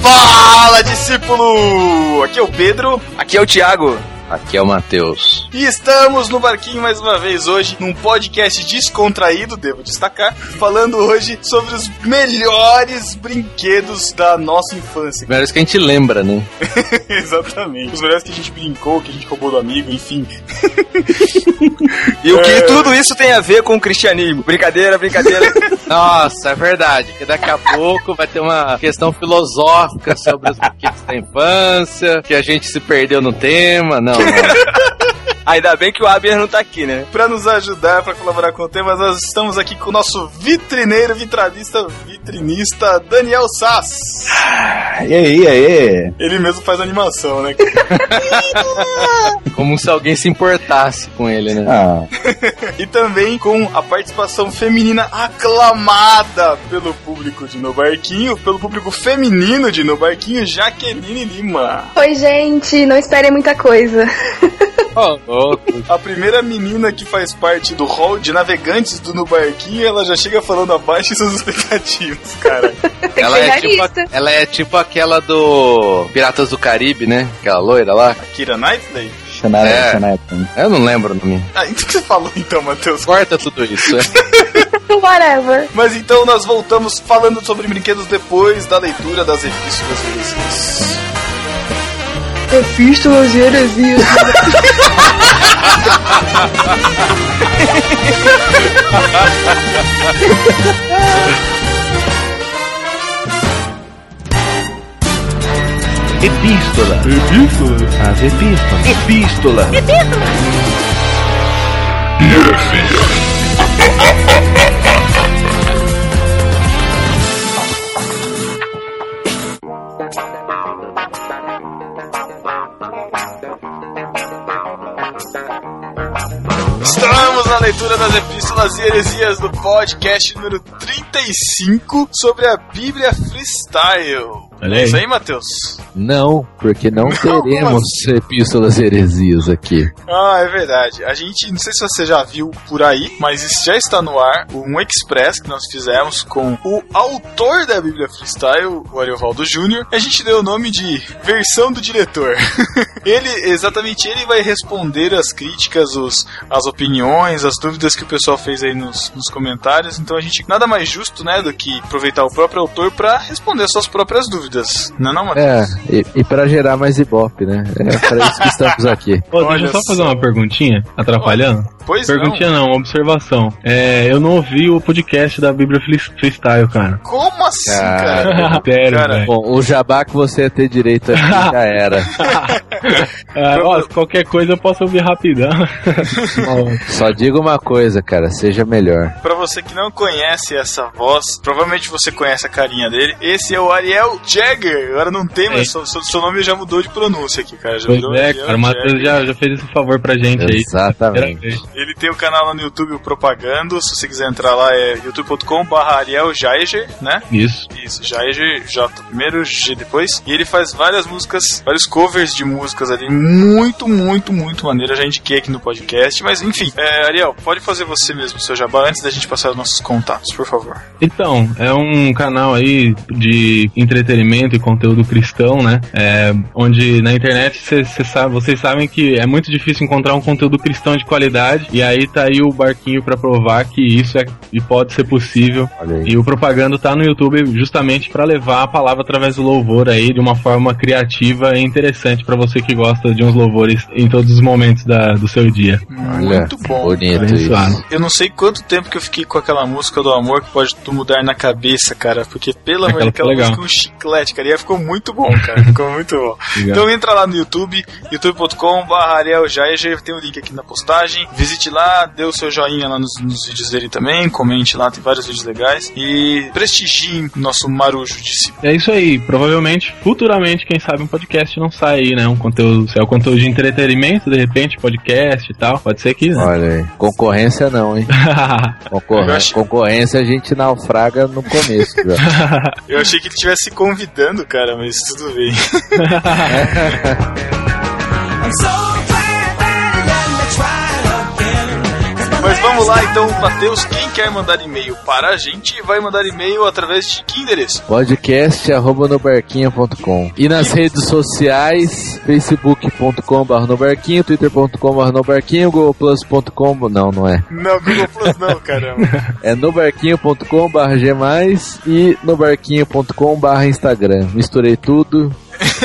Fala, discípulo! Aqui é o Pedro. Aqui é o Thiago. Aqui é o Matheus. E estamos no barquinho mais uma vez hoje, num podcast descontraído, devo destacar, falando hoje sobre os melhores brinquedos da nossa infância. Melhores que a gente lembra, né? Exatamente. Os melhores que a gente brincou, que a gente roubou do amigo, enfim. É. E o que tudo isso tem a ver com o cristianismo? Brincadeira, brincadeira. Nossa, é verdade. Que daqui a pouco vai ter uma questão filosófica sobre os brinquedos da infância, que a gente se perdeu no tema. Não, não. Ainda bem que o Abner não tá aqui, né? Pra nos ajudar, pra colaborar com o tema, nós estamos aqui com o nosso vitrineiro, vitralista, vitrinista, Daniel Sass. E aí, e aí? Ele mesmo faz animação, né? Como se alguém se importasse com ele, né? Ah. e também com a participação feminina aclamada pelo público de No Barquinho, pelo público feminino de No Barquinho, Jaqueline Lima. Oi, gente, não esperem muita coisa. Oh, oh. A primeira menina que faz parte do hall de navegantes do No Barquinho, ela já chega falando abaixo suas expectativas, cara. ela, é tipo, ela é tipo aquela do Piratas do Caribe, né? Aquela loira lá. Kira Knightley? Shonara, é. Shonara. Eu não lembro o nome. Ah, então você falou então, Matheus. Corta tudo isso. é. Whatever. Mas então nós voltamos falando sobre brinquedos depois da leitura das epístolas heresias. Epístolas heresias. Epístola. Epístola. As epístolas. Epístola. Epístola. Estamos na leitura das epístolas e heresias do podcast número 35 sobre a Bíblia Freestyle. Olha aí. Isso aí, Matheus? Não, porque não Não, assim? teremos epístolas heresias aqui. Ah, é verdade. A gente, não sei se você já viu por aí, mas isso já está no ar um express que nós fizemos com o autor da Bíblia Freestyle, o Ariovaldo Júnior. e A gente deu o nome de versão do diretor. ele, exatamente, ele vai responder as críticas, os, as opiniões, as dúvidas que o pessoal fez aí nos, nos comentários. Então a gente, nada mais justo, né, do que aproveitar o próprio autor para responder as suas próprias dúvidas. Não é não, Matheus? É, e, e para gerar mais ibope, né? É para isso que estamos aqui. Pô, deixa Olha eu só fazer só. uma perguntinha, atrapalhando. Pois não. perguntinha não, uma observação. É, eu não ouvi o podcast da Bíblia Free- Freestyle, cara. Como assim, cara? Ah, Sério, Cara, velho. Bom, o jabá que você ia ter direito aqui já era. Ah, ó, qualquer coisa eu posso ouvir rapidão. Só digo uma coisa, cara, seja melhor. Pra você que não conhece essa voz, provavelmente você conhece a carinha dele. Esse é o Ariel Jagger. Agora não tem, mas seu, seu- seu nome já mudou de pronúncia aqui, cara. Já É. pois virou é, Ariel cara, o Matheus Jagger. já, já fez esse favor pra gente aí. Primeira Exatamente. vez. Ele tem o canal lá no YouTube, o Propagando. Se você quiser entrar lá, é youtube.com/barra Ariel Jagger, né? Isso. Isso, Jair J primeiro, G depois. E ele faz várias músicas, vários covers de músicas ali. Muito, muito, muito maneiro. Eu já indiquei aqui no podcast. Mas enfim, é, Ariel, pode fazer você mesmo, seu jabá, antes da gente passar os nossos contatos, por favor. Então, é um canal aí de entretenimento e conteúdo cristão, né? É, onde na internet cê- cê sabe- vocês sabem que é muito difícil encontrar um conteúdo cristão de qualidade. E aí tá aí o barquinho pra provar que isso é e pode ser possível. Olha aí. E o propaganda tá no YouTube justamente pra levar a palavra através do louvor aí de uma forma criativa e interessante pra você que gosta de uns louvores em todos os momentos da- do seu dia. Olha, muito bom. bonito cara. isso. Abençoado. Eu não sei quanto tempo que eu fiquei com aquela música do amor que pode tu mudar na cabeça, cara. Porque, pelo amor de Aquela aquela ficou legal. música é um chiclete, cara. E aí ficou muito bom, cara. Ficou muito bom. Então entra lá no YouTube, youtube.com.br Ariel Jaeger, tem o link aqui na postagem. Visite lá, dê o seu joinha lá nos, nos vídeos dele também, comente lá, tem vários vídeos legais. E prestigiem nosso marujo discípulo. É isso aí, provavelmente, futuramente, quem sabe um podcast não sai aí, né? Um conteúdo, se é um conteúdo de entretenimento, de repente, podcast e tal, pode ser que. né? Olha aí. Concorrência não, hein? Concor- Eu acho- Concorrência a gente naufraga no começo. já. Eu achei que ele estivesse convidando, cara, mas tudo bem. Mas vamos Vamos lá então, Matheus. Quem quer mandar e-mail para a gente vai mandar e-mail através de que endereço? Podcast arroba nobarquinha.com E nas redes sociais, facebook.com barra nobarquinho, twitter.com barra nobarquinho, google.com não, não é. Não, Google Plus não, caramba. É nobarquinho.com barra g+, e nobarquinho.com barra instagram. Misturei tudo.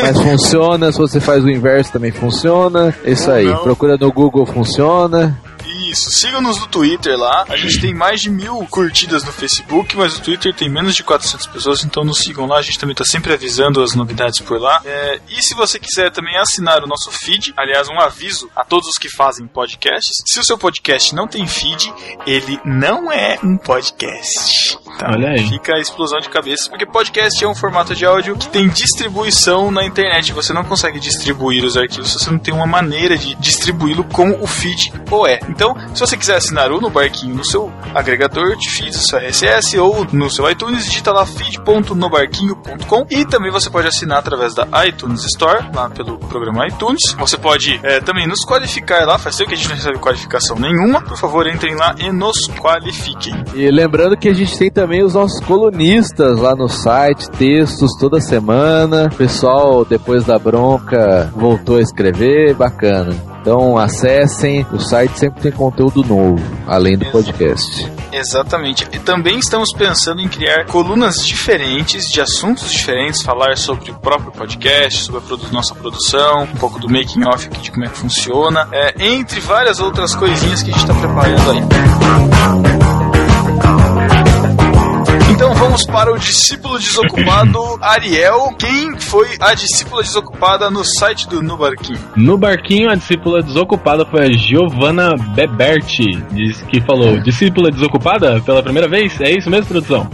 Mas funciona, se você faz o inverso também funciona. É Isso Ou aí, não. procura no Google, funciona. Isso, sigam-nos no Twitter lá. A gente tem mais de mil curtidas no Facebook, mas o Twitter tem menos de 400 pessoas, então nos sigam lá. A gente também tá sempre avisando as novidades por lá. É, e se você quiser também assinar o nosso feed, aliás, um aviso a todos os que fazem podcasts: se o seu podcast não tem feed, ele não é um podcast. Tá? Olha aí. Fica a explosão de cabeça, porque podcast é um formato de áudio que tem distribuição na internet. Você não consegue distribuir os arquivos se você não tem uma maneira de distribuí-lo com o feed OE. Então, se você quiser assinar o no barquinho no seu agregador de feeds RSS ou no seu iTunes, digita lá feed.nobarquinho.com e também você pode assinar através da iTunes Store, lá pelo programa iTunes. Você pode eh, também nos qualificar lá, faz tempo que a gente não recebe qualificação nenhuma. Por favor, entrem lá e nos qualifiquem. E lembrando que a gente tem também os nossos colunistas lá no site, textos toda semana. O pessoal, depois da bronca, voltou a escrever, bacana. Então acessem, o site sempre tem conteúdo novo, além do podcast. Exatamente. E também estamos pensando em criar colunas diferentes, de assuntos diferentes, falar sobre o próprio podcast, sobre a produ- nossa produção, um pouco do making off aqui de como é que funciona, é, entre várias outras coisinhas que a gente está preparando aí. Então vamos para o discípulo desocupado Ariel. Quem foi a discípula desocupada no site do Nubarquinho? No barquinho, a discípula desocupada foi a Giovanna Beberti, diz que falou: discípula desocupada pela primeira vez? É isso mesmo, produção?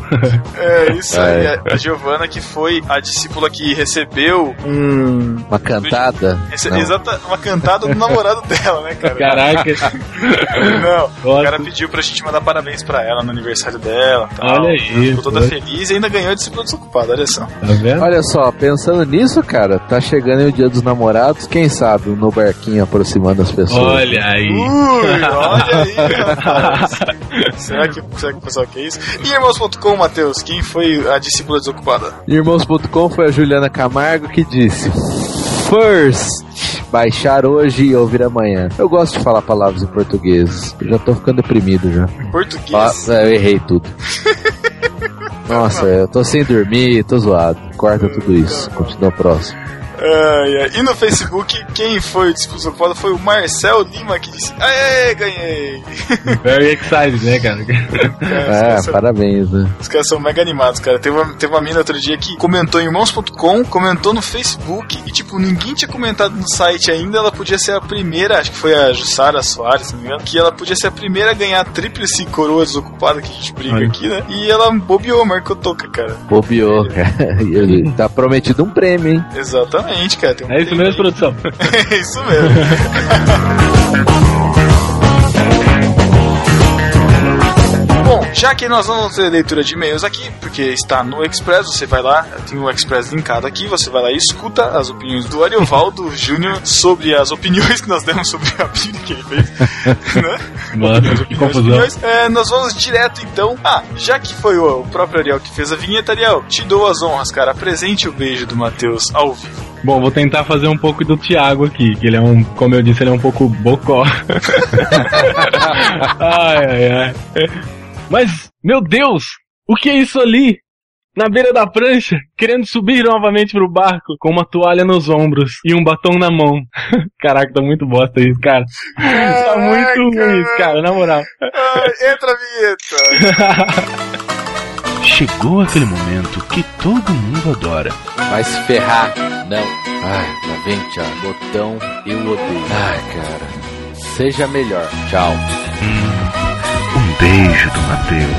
É isso aí, aí, a Giovana que foi a discípula que recebeu um Uma cantada? Essa Não. exata, uma cantada do namorado dela, né, cara? Caraca, Não, o gosto. cara pediu pra gente mandar parabéns pra ela no aniversário dela. Tal. Olha aí, Ficou toda foi. feliz e ainda ganhou a disciplina desocupada, olha só. tá vendo? Olha só, pensando nisso, cara, tá chegando aí o dia dos namorados, quem sabe um no barquinho aproximando as pessoas. Olha aí. Ui, olha aí, rapaz. será, que, será que o pessoal quer isso? E irmãos.com, Matheus, quem foi a discípula desocupada? Irmãos.com foi a Juliana Camargo que disse: First, baixar hoje e ouvir amanhã. Eu gosto de falar palavras em português. Eu já tô ficando deprimido já. Em português. Ah, eu errei tudo. Nossa, eu tô sem dormir, tô zoado. Corta tudo isso. Continua o próximo. Ai, ai. E no Facebook, quem foi o discípulo desocupada foi o Marcel Lima, que disse: Aê, ganhei! Very excited, né, cara? É, Essa- parabéns, né? Os caras são mega animados, cara. Teve uma, teve uma mina outro dia que comentou em irmãos.com, comentou no Facebook e, tipo, ninguém tinha comentado no site ainda. Ela podia ser a primeira, acho que foi a Jussara Soares, se não me engano, que ela podia ser a primeira a ganhar a tríplice coroa desocupada que a gente briga Olha. aqui, né? E ela bobeou, marcou toca, cara. Bobiou, cara. E ele Tá prometido um prêmio, hein? Exatamente, cara. Tem um É isso prêmio mesmo, produção? aí. é isso mesmo. Bom, já que nós vamos ter leitura de e-mails aqui, porque está no Express, você vai lá, tem o Express linkado aqui, você vai lá e escuta as opiniões do Ariovaldo Júnior sobre as opiniões que nós demos sobre a Bíblia que ele fez. né? Mano, que confusão. Opiniões. É, nós vamos direto então. Ah, já que foi o, o próprio Ariel que fez a vinheta, Ariel, te dou as honras, cara. Apresente o beijo do Matheus ao vivo. Bom, vou tentar fazer um pouco do Thiago aqui, que ele é um, como eu disse, ele é um pouco bocó. ai, ai, ai. Mas, meu Deus, o que é isso ali? Na beira da prancha, querendo subir novamente pro barco, com uma toalha nos ombros e um batom na mão. Caraca, tá muito bosta isso, cara. Tá muito ruim isso, cara, na moral. Ah, entra a vinheta. Chegou aquele momento que todo mundo adora. Vai se ferrar. Não. Ai, tá vendo, tchau. Botão, eu odeio. Ai, cara. Seja melhor. Tchau. Hum. Um beijo do Matheus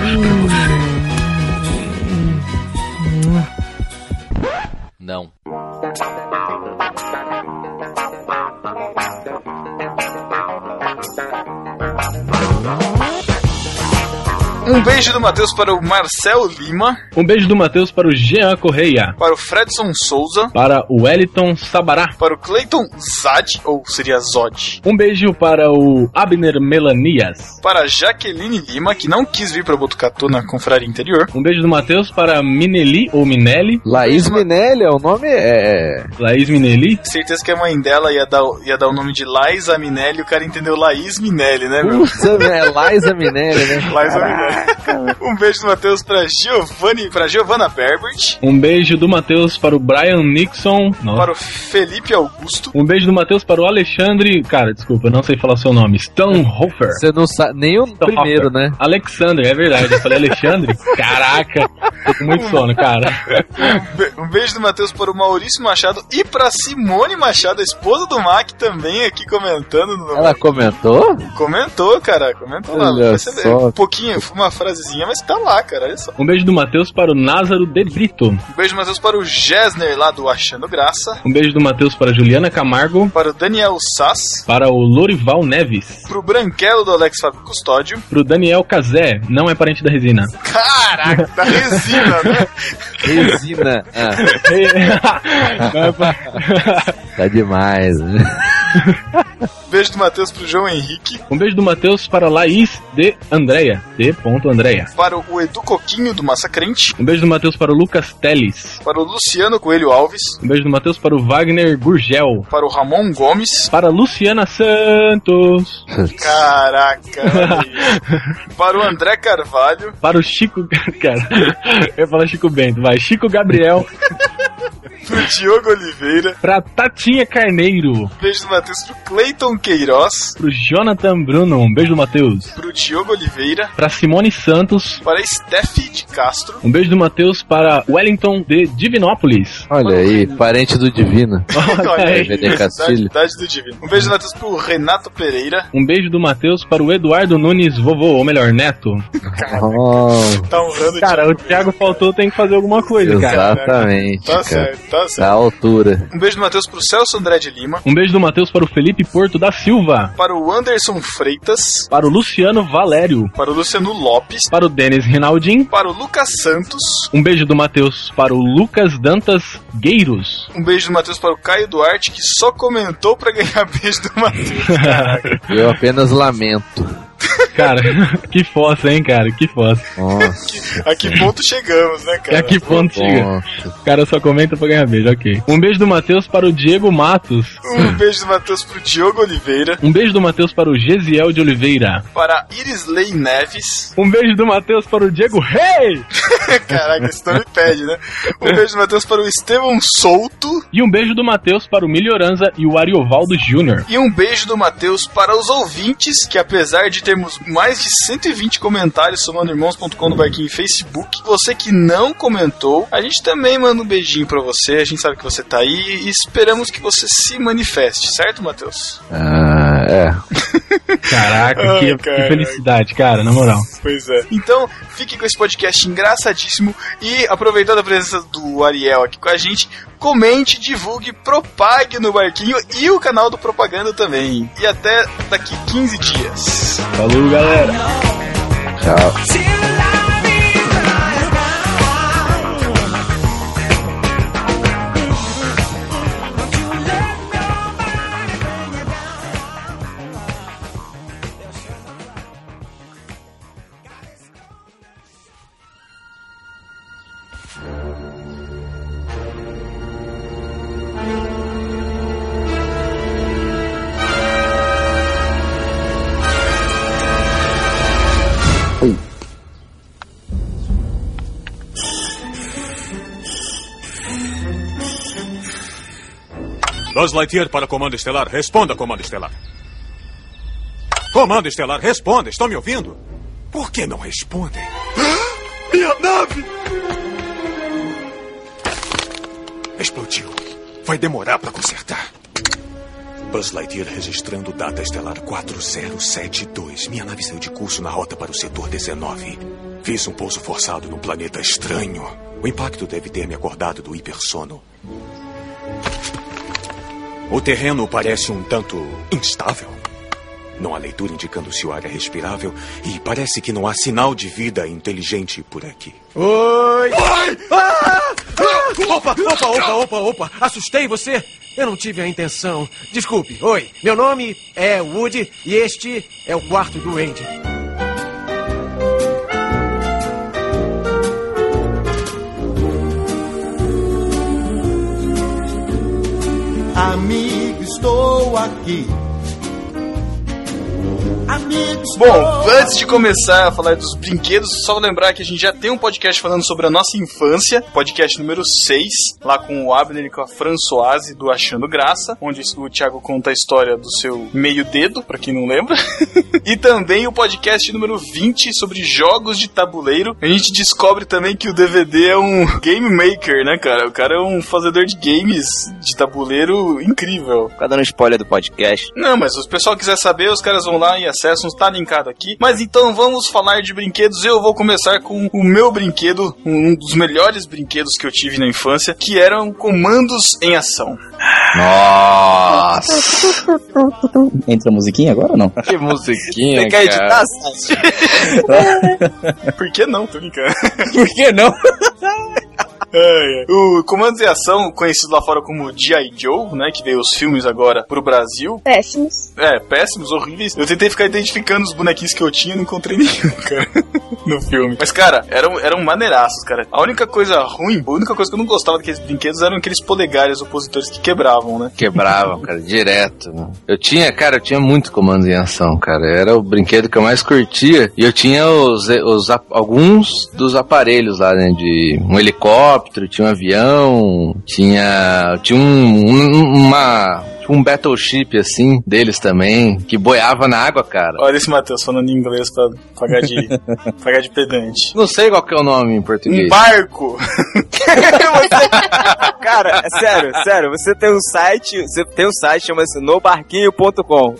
pra você. Não. Um beijo do Matheus para o Marcel Lima, Um beijo do Matheus para o Jean Correia, para o Fredson Souza, para o Wellington Sabará. para o Clayton Zad, ou seria Zod, Um beijo para o Abner Melanias. para a Jaqueline Lima, que não quis vir para Botucatu na confraria interior, Um beijo do Matheus para Mineli ou Minelli, Laís Minelli, o nome é. Laís Minelli. certeza que a mãe dela ia dar, o- ia dar o nome de Laísa Minelli, o cara entendeu Laís Minelli, né, meu? Putz, é Liza Minelli, né? Laísa Minelli. um beijo do Matheus para Giovanni, para Giovanna Berbert, Um beijo do Matheus para o Brian Nixon. Nossa. para o Felipe Augusto, Um beijo do Matheus para o Alexandre. Cara, desculpa, eu não sei falar seu nome. Stanhofer. Você não sabe nem o primeiro, né? Alexandre, é verdade. Eu falei Alexandre? Caraca, tô com muito sono, cara. Be- Um beijo do Matheus para o Maurício Machado e para Simone Machado, a esposa do Mac, também aqui comentando. No... Ela comentou? Comentou, cara, comentou lá. Olha Vai ser- só. Um pouquinho, uma frasezinha, mas tá lá, cara, olha só. Um beijo do Matheus para o Názaro De Brito. Um beijo do Matheus para o Gessner lá do Achando Graça, Um beijo do Matheus para a Juliana Camargo. para o Daniel Sass, Para o Lorival Neves. para o Branquelo do Alex Fábio Custódio. Para o Daniel Cazé. Não é parente da resina. Caraca, da resina, né? Resina. Ah, Não é pa- tá demais. né? Um beijo do Matheus para o João Henrique, um beijo do Matheus para a Laís de Andréia. De ponto Andréia. para o Edu Coquinho do Massacrente, Um beijo do Matheus para o Lucas Teles. para o Luciano Coelho Alves, Um beijo do Matheus para o Wagner Gurgel. para o Ramon Gomes, Para a Luciana Santos. Caraca, olha aí. para o André Carvalho, Para o Chico. Cara, eu ia falar Chico Bento, vai. Chico Gabriel. pro Diogo Oliveira, Para Tatinha Carneiro. beijo do Matheus pro Cleiton Queiroz, Para o Jonathan Bruno. Um beijo do Matheus. pro Diogo Oliveira, Para Simone Santos. para a Steph de Castro, Um beijo do Matheus para Wellington de Divinópolis. Olha aí, parente do Divino. Olha aí. DVD Castilho. Cidade do Divino. Um beijo do Matheus pro Renato Pereira, Um beijo do Matheus para o Eduardo Nunes Vovô, ou melhor, Neto. Oh, tá honrando Cara, o Thiago faltou, tem que fazer alguma coisa, cara. exatamente. Tá cara. certo, tá certo. Tá à altura. Um beijo do Matheus pro Celso André de Lima, Um beijo do Matheus para o Felipe Porto da Silva, para o Anderson Freitas, para o Luciano Valério, para o Luciano Lopes, para o Denis Rinaldin. para o Lucas Santos, Um beijo do Matheus para o Lucas Dantas Gueiros. um beijo do Matheus para o Caio Duarte, que só comentou pra ganhar beijo do Matheus. Eu apenas lamento. Cara, que fossa, hein, cara? Que fossa. Nossa. A que ponto chegamos, né, cara? A que ponto chega? nossa. O cara só comenta pra ganhar beijo, ok. Um beijo do Matheus para o Diego Matos. Um beijo do Matheus pro Diogo Oliveira, Um beijo do Matheus para o Gesiel de Oliveira. para Irisley Neves. Um beijo do Matheus para o Diego Rei! Caraca, esse nome pede, né? Um beijo do Matheus para o Estevão Souto. E um beijo do Matheus para o Melhoranza e o Ariovaldo Júnior. E um beijo do Matheus para os ouvintes, que apesar de termos mais de 120 comentários somando irmãos.com no barquinho e Facebook, você que não comentou, a gente também manda um beijinho pra você, a gente sabe que você tá aí e esperamos que você se manifeste, certo, Matheus? Ah, é. Caraca, Ai, que, que cara. felicidade, cara, na moral. Pois é. Então, fique com esse podcast engraçadíssimo e aproveitando a presença do Ariel aqui com a gente, comente, divulgue, propague no barquinho e o canal do Propaganda também. E até daqui 15 dias. Falou, galera. Tchau. Buzz Lightyear para Comando Estelar. Responda, Comando Estelar. Comando Estelar, responda. Estão me ouvindo? Por que não respondem? Minha nave! Explodiu. Vai demorar para consertar. Buzz Lightyear registrando data estelar 4072. Minha nave saiu de curso na rota para o setor 19. Fiz um pouso forçado num planeta estranho. O impacto deve ter me acordado do hipersono. O terreno parece um tanto instável. Não há leitura indicando se o ar é respirável e parece que não há sinal de vida inteligente por aqui. Oi! Ah! Ai! Ah! Opa, opa, opa, opa, opa! Assustei você? Eu não tive a intenção. Desculpe, oi. Meu nome é Woody e este é o quarto do Andy. Amigo, estou aqui. Amigo, estou Bom, antes de começar a falar dos brinquedos, só lembrar que a gente já tem um podcast falando sobre a nossa infância, podcast número 6, lá com o Abner e com a Fran Soazi do Achando Graça, onde o Thiago conta a história do seu meio dedo, pra quem não lembra. e também o podcast número 20 sobre jogos de tabuleiro. A gente descobre também que o DVD é um game maker, né, cara? O cara é um fazedor de games de tabuleiro incrível. Fica dando spoiler do podcast. Não, mas se o pessoal quiser saber, os caras vão lá e acessam, tá linkado aqui. Mas então vamos falar de brinquedos. Eu vou começar com o meu brinquedo, um dos melhores brinquedos que eu tive na infância, que eram comandos em ação. Nossa! Entra a musiquinha agora ou não? Que musiquinha, Você quer cara. editar? Sassi? Por que não? Tô brincando. Por que não? Ai, ai. O Comandos em Ação, conhecido lá fora como G.I. Joe, né? Que veio os filmes agora pro Brasil. Péssimos. É, péssimos, horríveis. Eu tentei ficar identificando os bonequinhos que eu tinha e não encontrei nenhum, cara. No filme. Mas, cara, eram, eram maneiraços, cara. A única coisa ruim, a única coisa que eu não gostava daqueles brinquedos eram aqueles polegares opositores que quebravam, né? Quebravam, cara, direto. mano. Eu tinha, cara, eu tinha muito comando em ação, cara. Era o brinquedo que eu mais curtia. E eu tinha os, os a- alguns dos aparelhos lá, né? De um helicóptero, tinha um avião, tinha. Tinha um, um- uma. tipo Um battleship assim, deles também, que boiava na água, cara. Olha esse Matheus falando em inglês pra pagar de, pagar de pedante. Não sei qual que é o nome em Um português. barco! Cara, é sério, sério, você tem um site, você tem um site, chama-se nobarquinho.com.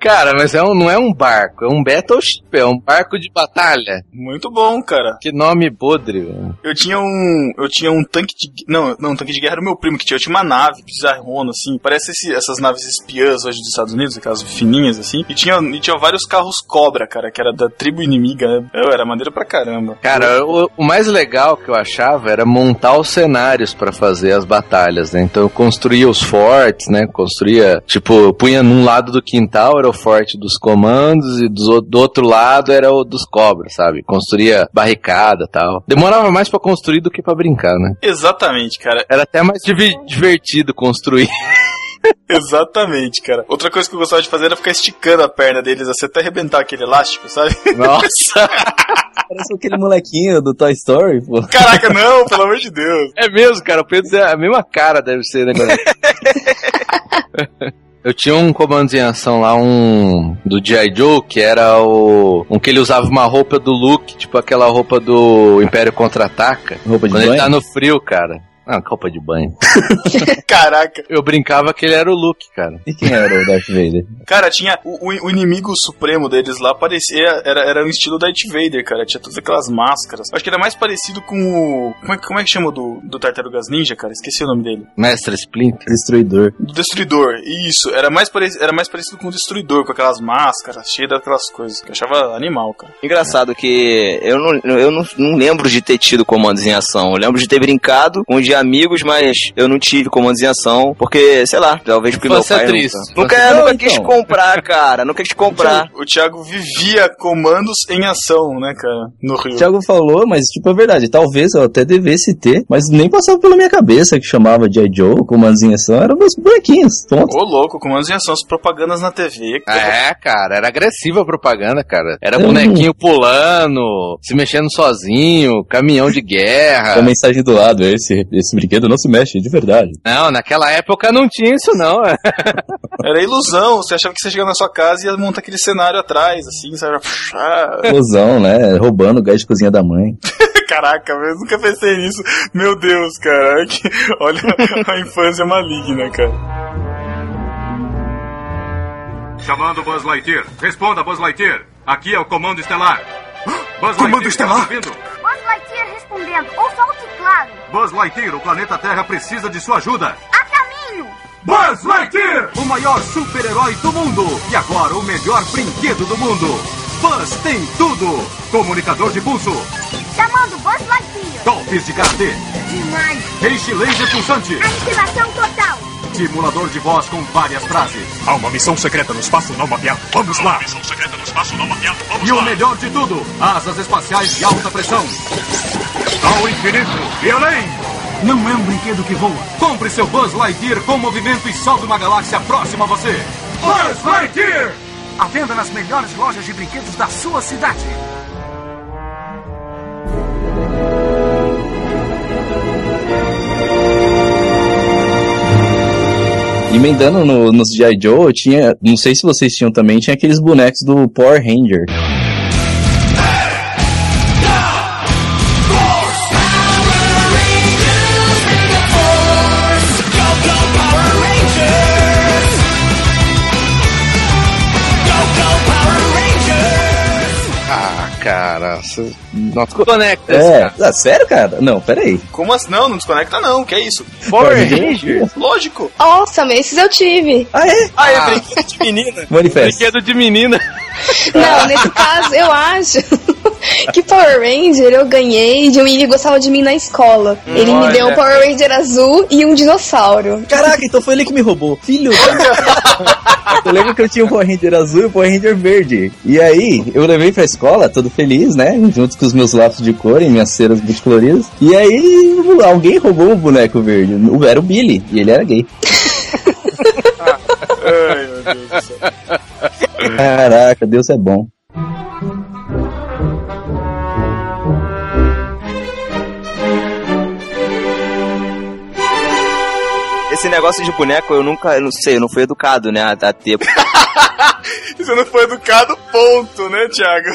Cara, mas é um, não é um barco, é um battleship, é um barco de batalha. Muito bom, cara. Que nome podre, velho. Eu tinha um. Eu tinha um tanque de. gue- Não, não, um tanque de guerra era o meu primo que tinha. Eu tinha uma nave bizarrona, assim. Parece esse- essas naves espiãs hoje dos Estados Unidos, aquelas fininhas, assim. E tinha, e tinha vários carros cobra, cara, que era da tribo inimiga, né? Eu era maneiro pra caramba. Cara, Uhum. o, o mais legal que eu achava era montar os cenários pra fazer as batalhas, né? Então eu construía os fortes, né? Construía, tipo, punha num lado do quintal era o forte dos comandos e dos o- do outro lado era o dos cobras, sabe? Construía barricada e tal. Demorava mais pra construir do que pra brincar, né? Exatamente, cara. Era até mais divi- divertido construir. Exatamente, cara. Outra coisa que eu gostava de fazer era ficar esticando a perna deles, assim, até arrebentar aquele elástico, sabe? Nossa, Parece aquele molequinho do Toy Story, pô. Caraca, não, pelo amor de Deus. é mesmo, cara. O Pedro é a mesma cara deve ser, né, cara? Eu tinha um comando em ação lá, um do G.I. Joe, que era o. um que ele usava uma roupa do Luke, tipo aquela roupa do Império Contra-Ataca. Roupa de Quando ele tá banho? no frio, cara. Ah, roupa de banho. Caraca. Eu brincava que ele era o Luke, cara. E quem era o Darth Vader? Cara, tinha o, o- o inimigo supremo deles lá, parecia. Era, era um estilo Darth Vader, cara. Tinha todas aquelas máscaras. Acho que era mais parecido com o. Como é, como é que chama o do, do Tartarugas Ninja, cara? Esqueci o nome dele. Mestre Splinter. Destruidor. Do Destruidor. Isso, era mais, parec- era mais parecido com o Destruidor, com aquelas máscaras, cheia daquelas coisas. Que eu achava animal, cara. Engraçado que eu, não, eu não, não lembro de ter tido comandos em ação. Eu lembro de ter brincado com um de amigos, mas eu não tive comandos em ação, porque, sei lá, talvez porque Você é meu pai triste. nunca, nunca, Você- nunca Não, quis então. comprar, cara, nunca quis comprar. O Thiago vivia comandos em ação, né, cara? No O Rio. Thiago falou, mas tipo, é verdade. Talvez eu até devesse ter, mas nem passava pela minha cabeça que chamava de I. Joe, comandozinha só. Eram meus bonequinhos, tontos. Ô, louco, comandos em ação, as propagandas na TV, cara. É, cara, era agressiva a propaganda, cara. Era Eu bonequinho pulando, se mexendo sozinho, caminhão de Com a guerra. mensagem do lado, esse, esse brinquedo não se mexe, de verdade. Não, naquela época não tinha isso, não. é. Era ilusão. Você achava que você chegava na sua casa e ia montar aquele cenário atrás, assim, sabe? Ah, Explosão, né? Roubando o gás de cozinha da mãe. Caraca, eu nunca pensei nisso. Meu Deus, cara. que- Olha a infância maligna, cara. Chamando Buzz Lightyear. Responda, Buzz Lightyear. Aqui é o Comando Estelar. Buzz Comando Lightyear, Estelar? tá ouvindo? Buzz Lightyear respondendo. Ou solte claro. Buzz Lightyear, o planeta Terra precisa de sua ajuda. A caminho. Buzz Lightyear, o maior super-herói do mundo e agora o melhor brinquedo do mundo. Buzz tem tudo: comunicador de pulso, Chamando Buzz Lightyear. golpes de karatê, Demais. peixe laser pulsante, Aniquilação total. simulador de voz com várias frases. Há uma missão secreta no espaço não mapeado. Vamos lá! Missão secreta no espaço não mapeado. Vamos e o melhor de tudo, asas espaciais de alta pressão. Ao infinito e além. Não é um brinquedo que voa. Compre seu Buzz Lightyear com movimento e salve uma galáxia próxima a você. Buzz Lightyear! A venda nas melhores lojas de brinquedos da sua cidade. E Emendando no, nos G.I. Joe, eu tinha. Não sei se vocês tinham também, tinha aqueles bonecos do Power Ranger. Ah, cara. cê- Nossa, conecta. É, ah, sério, cara? Não, peraí. Como assim? Não, não desconecta não, que é isso? Power Ranger? Lógico. Nossa, esses eu tive. Ah, é? Ah, é brinquedo de menina. Manifesto. Brinquedo de menina. Não, nesse caso, eu acho que Power Ranger eu ganhei de um menino que gostava de mim na escola. Ele me deu um Olha. Power Ranger azul e um dinossauro. Caraca, então foi ele que me roubou. Filho! eu lembro que eu tinha o Power Ranger azul e o Power Ranger verde. E aí, eu levei pra escola, todo feliz, né? Junto com os meus lápis de cor e minhas ceras multicoloridas. E aí, alguém roubou o boneco verde. O- Era o Billy, e ele era gay. Ai, meu Deus do céu. Caraca, Deus é bom. Esse negócio de boneco eu nunca, Ah, eu não sei, eu não fui educado, né, a, a ter. Você não foi educado, ponto, né, Thiago?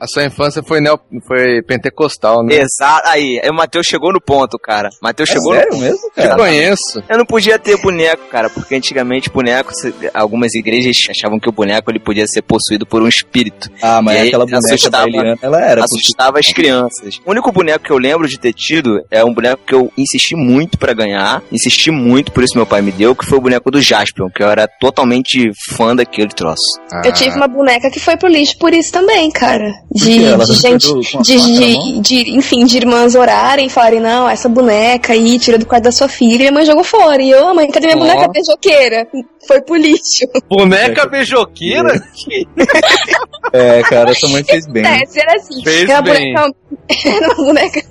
A sua infância foi, neo, foi pentecostal, né? Exato. Aí, aí o Matheus chegou no ponto, cara. Matheus É chegou sério no... mesmo, cara? Te conheço. Eu não podia ter boneco, cara, porque antigamente boneco, se- algumas igrejas achavam que o boneco ele podia ser possuído por um espírito. Ah, mas E aí aquela boneca assustava, bailiana, ela era assustava as crianças. O único boneco que eu lembro de ter tido é um boneco que eu insisti muito pra ganhar, insisti muito, por isso meu pai me deu, que foi o boneco do Jaspion, que eu era totalmente fã daquele troço. Eu tive uma boneca que foi pro lixo por isso também, cara. De, Ah. quê? Ela tá de gente. ficou com a De, faca na de- de- enfim, de irmãs orarem e falarem: não, essa boneca aí tira do quarto da sua filha. E a mãe jogou fora. E eu, "Ah, mãe, cadê minha Nossa. boneca beijoqueira? Foi pro lixo. Boneca beijoqueira? É, cara, sua mãe fez bem. É, era assim. Fez era uma bem. boneca. Era uma boneca.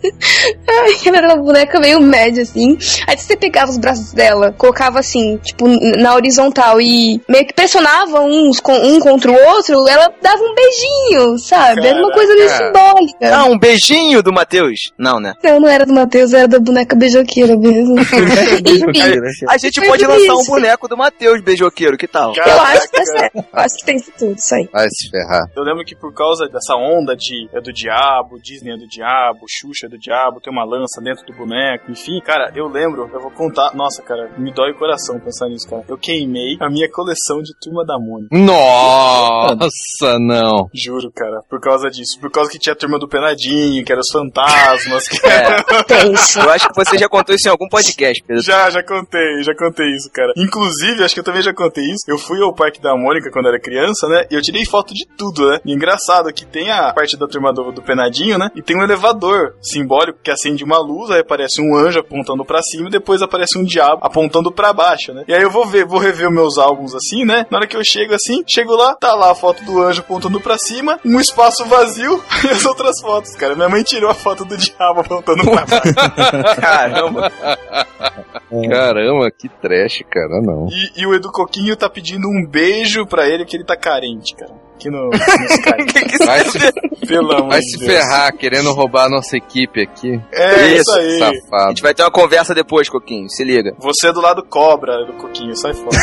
Ai, ela era uma boneca meio média, assim. Aí você pegava os braços dela, colocava assim, tipo, na horizontal e meio que pressionava uns com, um contra o outro, ela dava um beijinho, sabe? Era uma coisa meio É. Caraca. simbólica. Ah, um beijinho do Matheus? Não, né? Não, não era do Matheus, era da boneca beijoqueira mesmo. A gente Foi pode tudo lançar um isso. bonequeiro do Matheus, beijoqueiro, que tal? Eu acho que, é, eu acho que tem tudo isso aí. Vai se ferrar. Eu lembro que por causa dessa onda de é do diabo, Disney é do diabo, Xuxa é do diabo, tem uma lança dentro do boneco, enfim, cara, eu lembro, eu vou contar, nossa, cara, me dói o coração pensar nisso, cara. Eu queimei a minha coleção de Turma da Mônica. Nossa, não. Juro, cara, por causa disso. Por causa que tinha a turma do Penadinho, que era os fantasmas, que era... Eu acho que você já contou isso em algum podcast, Pedro. Já, já contei, já contei isso, cara. Inclusive, acho que eu também já contei isso. Eu fui ao Parque da Mônica quando era criança, né? E eu tirei foto de tudo, né? E engraçado que tem a parte da turma do, do penadinho, né? E tem um elevador simbólico que acende uma luz, aí aparece um anjo apontando pra cima e depois aparece um diabo apontando pra baixo, né? E aí eu vou ver, vou rever meus álbuns assim, né? Na hora que eu chego assim, chego lá, tá lá a foto do anjo apontando pra cima, um espaço vazio e as outras fotos, cara. Minha mãe tirou a foto do diabo apontando pra baixo. Caramba. Caramba, que trash, cara, não. E, e o Edu Coquinho tá pedindo um beijo pra ele, que ele tá carente, cara. Aqui no, no Skype. Vai se, Pelo amor vai de se Deus. ferrar, querendo roubar a nossa equipe aqui. É, isso aí. Safado. A gente vai ter uma conversa depois, Coquinho, se liga. Você é do lado cobra, Edu Coquinho, sai fora.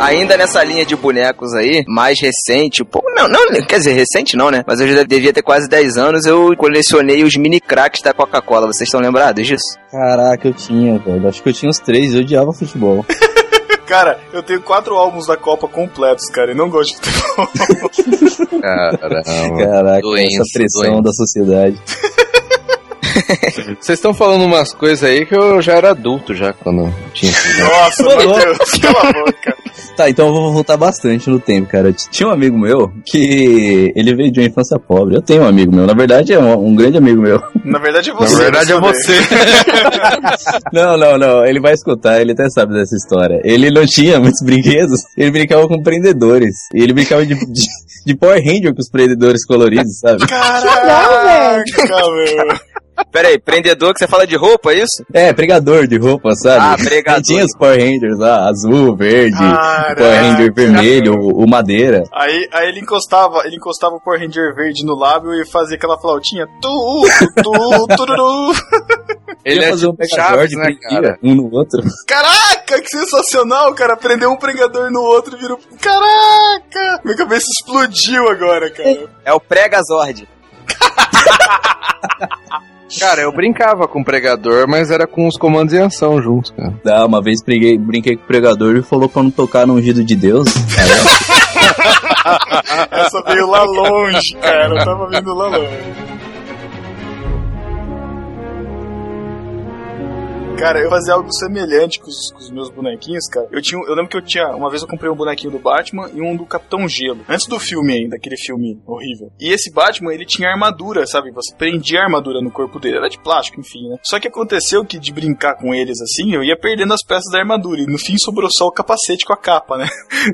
Ainda nessa linha de bonecos aí, mais recente, um pouco, não, não, quer dizer, recente não, né? Mas eu já devia ter quase 10 anos, eu colecionei os mini cracks da Coca-Cola. Vocês estão lembrados disso? Caraca, eu tinha, velho. Acho que eu tinha os três, eu odiava futebol. Cara, eu tenho quatro álbuns da Copa completos, cara, e não gosto de futebol. Caramba. Caraca, Doença, essa pressão doença. da sociedade. Vocês estão falando umas coisas aí que eu já era adulto já quando tinha. Nossa, meu Deus, cala a boca. Tá, então eu vou voltar bastante no tempo, cara. Tinha um amigo meu que ele veio de uma infância pobre. Eu tenho um amigo meu, na verdade é um, um grande amigo meu. Na verdade é você. verdade é responder. Não, não, não. Ele vai escutar, ele até sabe dessa história. Ele não tinha muitos brinquedos, ele brincava com prendedores. E ele brincava de, de, de Power Ranger com os prendedores coloridos, sabe? Caraca, meu. Peraí, prendedor que você fala de roupa, é isso? É, pregador de roupa, sabe? Ah, pregador. E tinha os Power Rangers lá, azul, verde, Caraca. Power Ranger vermelho, o, o madeira. Aí, aí ele encostava, ele encostava o Power Ranger verde no lábio e fazia aquela flautinha. Tu, tu, tururu. é é Ele fazer tipo um tipo pregador né, de né, cara? um no outro. Caraca, que sensacional, cara. Prendeu um pregador no outro e virou. Caraca! Minha cabeça explodiu agora, cara. É o Pregazord. Cara, eu brincava com o pregador, mas era com os comandos em ação juntos, cara. Dá, uma vez brinquei, brinquei com o pregador e falou pra não tocar no ungido de Deus. Essa veio lá longe, cara. Eu tava vindo lá longe. Cara, eu fazia algo semelhante com os, com os meus bonequinhos, cara. Eu tinha, eu lembro que eu tinha, uma vez eu comprei um bonequinho do Batman e um do Capitão Gelo, antes do filme ainda, aquele filme horrível. E esse Batman, ele tinha armadura, sabe? Você prendia a armadura no corpo dele, era de plástico, enfim, né? Só que aconteceu que de brincar com eles assim, eu ia perdendo as peças da armadura e no fim sobrou só o capacete com a capa, né?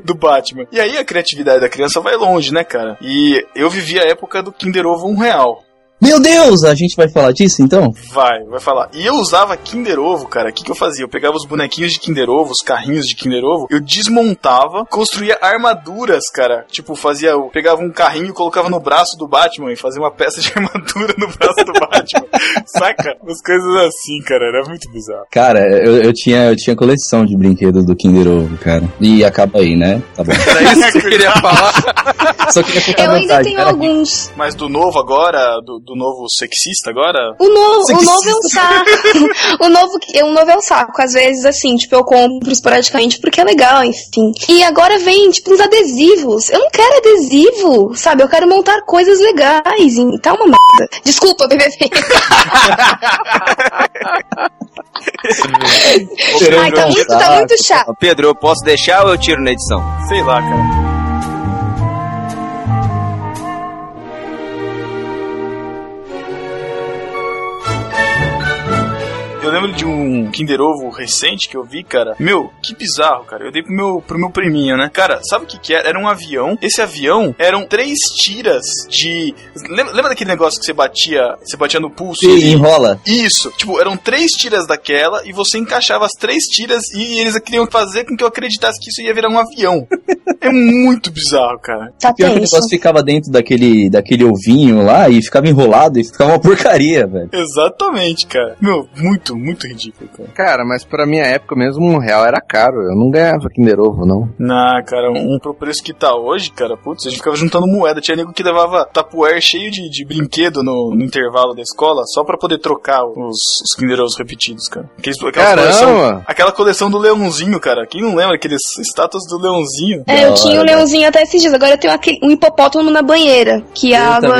do Batman. E aí a criatividade da criança vai longe, né, cara? E eu vivi a época do Kinder Ovo um real. Meu Deus, a gente vai falar disso então? Vai, vai falar. E eu usava Kinder Ovo, cara. O que, que eu fazia? Eu pegava os bonequinhos de Kinder Ovo, os carrinhos de Kinder Ovo, eu desmontava, construía armaduras, cara. Tipo, fazia. Eu pegava um carrinho e colocava no braço do Batman e fazia uma peça de armadura no braço do Batman. Saca? Umas coisas assim, cara. Era muito bizarro. Cara, eu, eu tinha, eu tinha coleção de brinquedos do Kinder Ovo, cara. E acaba aí, né? Tá bom. Era isso que eu queria falar. Só queria contar Eu a ainda vantagem. tenho Cara, alguns. Mas do novo agora, do, do novo sexista agora? O novo, o Sexista. novo é um saco. o, novo, que- o novo é um saco. Às vezes, assim, tipo, eu compro esporadicamente porque é legal, enfim. E agora vem, tipo, uns adesivos. Eu não quero adesivo, sabe? Eu quero montar coisas legais. E tá uma merda. Desculpa, BBB. Ai, um tá muito, tá muito chato. Pedro, eu posso deixar ou eu tiro na edição? Sei lá, cara. Eu lembro de um Kinder Ovo recente que eu vi, cara. Meu, que bizarro, cara. Eu dei pro meu, pro meu priminho, né? Cara, sabe o que que era? Era um avião. Esse avião eram três tiras de... Lembra, lembra daquele negócio que você batia, você batia no pulso? Sim, enrola. Isso. Tipo, eram três tiras daquela e você encaixava as três tiras e eles queriam fazer com que eu acreditasse que isso ia virar um avião. é muito bizarro, cara. Tá Pior que o tenso. negócio ficava dentro daquele, daquele ovinho lá e ficava enrolado e ficava uma porcaria, velho. Exatamente, cara. Meu, muito, muito ridículo, cara. Cara, mas pra minha época mesmo, um real era caro. Eu não ganhava Kinder Ovo, não. Nah, cara, um pro preço que tá hoje, cara, putz, a gente ficava juntando moeda. Tinha nego que levava tapuer cheio de, de brinquedo no, no intervalo da escola só pra poder trocar os, os Kinder Ovos repetidos, cara. Aqueles- Então, aquelas Caramba! um- coleção- aquela coleção do Leãozinho, cara. Quem não lembra aqueles estátuas do Leãozinho? É, eu tinha o leãozinho até esses dias. Agora eu tenho aquele, um hipopótamo na banheira. Que a água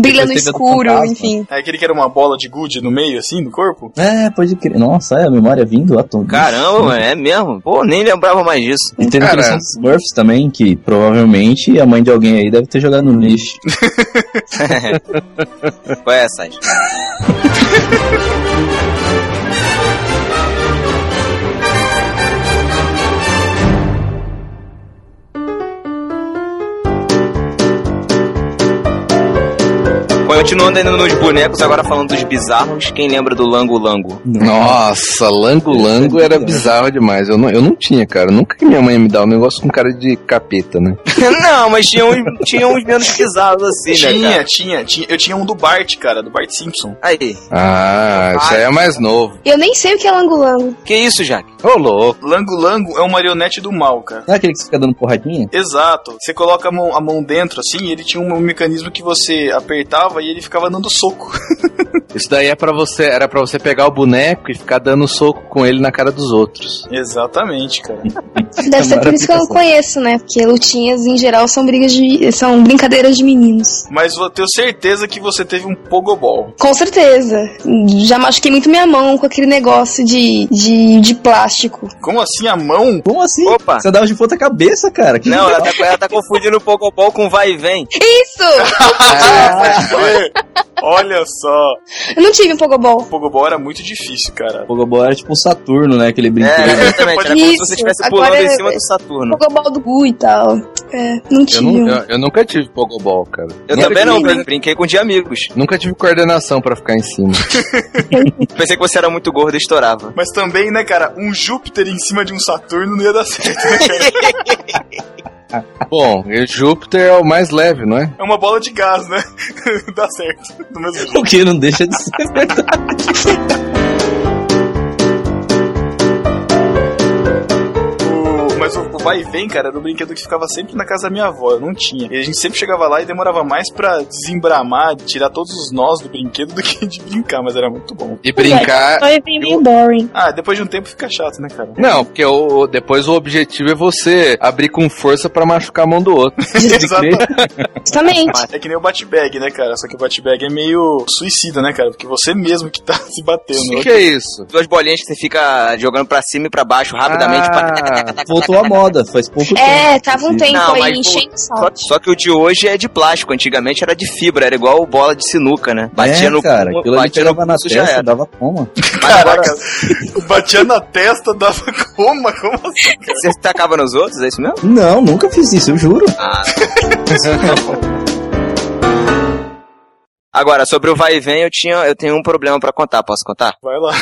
brilha no escuro, enfim. É aquele que era uma bola de gude no meio, assim, no corpo? É, pode crer. Nossa, é a memória vindo à tona. Caramba, mano, é mesmo? Pô, nem lembrava mais disso. E teve assim, a Cara. coleção dos Smurfs também, que provavelmente a mãe de alguém aí deve ter jogado no lixo. Qual é essa? gente? Continuando ainda nos bonecos, agora falando dos bizarros, quem lembra do Lango Lango? né? Nossa, Lango Lango era assim. bizarro demais. Eu não, eu não tinha, cara. Nunca que minha mãe ia me dá um negócio com cara de capeta, né? Não, mas tinha uns, tinha uns menos bizarros assim, né, Tinha, cara? tinha, tinha. Eu tinha um do Bart, cara, do Bart Simpson. Aí, Ah, isso aí é mais novo. Eu nem sei o que é langolango. que isso, Jack? Ô, louco. Lango Lango é um marionete do mal, cara. Não é aquele que você fica dando porradinha? Exato. Você coloca a mão, a mão dentro, assim, e ele tinha um mecanismo que você apertava e ele ficava dando soco. Isso daí é para você, era para você pegar o boneco e ficar dando soco com ele na cara dos outros. Exatamente, cara. Deve ser por isso que eu não conheço, né? Porque lutinhas em geral são brigas de. são brincadeiras de meninos. Mas eu tenho certeza que você teve um pogobol. Com certeza. Já machuquei muito minha mão com aquele negócio de, de, de plástico. Como assim a mão? Como assim? Opa! Você andava de ponta cabeça, cara. Que Não, ela tá, ela tá confundindo o Pogobol com vai e vem. Isso! Olha só. Eu não tive um Pogobol. O pogobol era muito difícil, cara. Pogobol era tipo um Saturno, né? Aquele brinquedo. É, exatamente. Era como se Isso. você estivesse Agora pulando em é- cima do Saturno. Pogobol do Gu e tal. É, não Eu, tive. nu- um. eu- eu nunca tive pogobol, cara. Eu Nunca também não, tive- brin- brinquei com de amigos. Nunca tive coordenação pra ficar em cima. Pensei que você era muito gordo e estourava. Mas também, né, cara, um Júpiter em cima de um Saturno não ia dar certo, né, cara? Bom, e Júpiter é o mais leve, não é? É uma bola de gás, né? Dá certo. Do mesmo jeito. O que não deixa de ser verdade. O- Mas o, o vai e vem, cara, era um brinquedo que ficava sempre na casa da minha avó, eu não tinha. E a gente sempre chegava lá e demorava mais pra desembramar, tirar todos os nós do brinquedo do que de brincar, mas era muito bom. E brincar. Vai vir meio boring. Ah, depois de um tempo fica chato, né, cara? Não, porque o, o- depois o objetivo é você abrir com força pra machucar a mão do outro. Justamente. É que nem o bat-bag, né, cara? Só que o bat-bag é meio suicida, né, cara? Porque você mesmo que tá se batendo. O né? que é isso? Duas bolinhas que você fica jogando pra cima e pra baixo Ah, rapidamente. pra- Ah, Voltou à moda, faz pouco tempo. É, tava um tempo Não, aí mas, pô, enchendo o Só, saco. só que o de hoje é de plástico, antigamente era de fibra, era igual bola de sinuca, né? Batia é, no cara, cu, aquilo ali batia no pegava na pulso, já testa, era. dava coma. Caraca, batia na testa, dava coma, como assim? Você tacava nos outros, é isso mesmo? Não, nunca fiz isso, eu juro. Ah. tá. Agora, sobre o vai e vem, eu, tinha, eu tenho um problema pra contar, posso contar? Vai lá.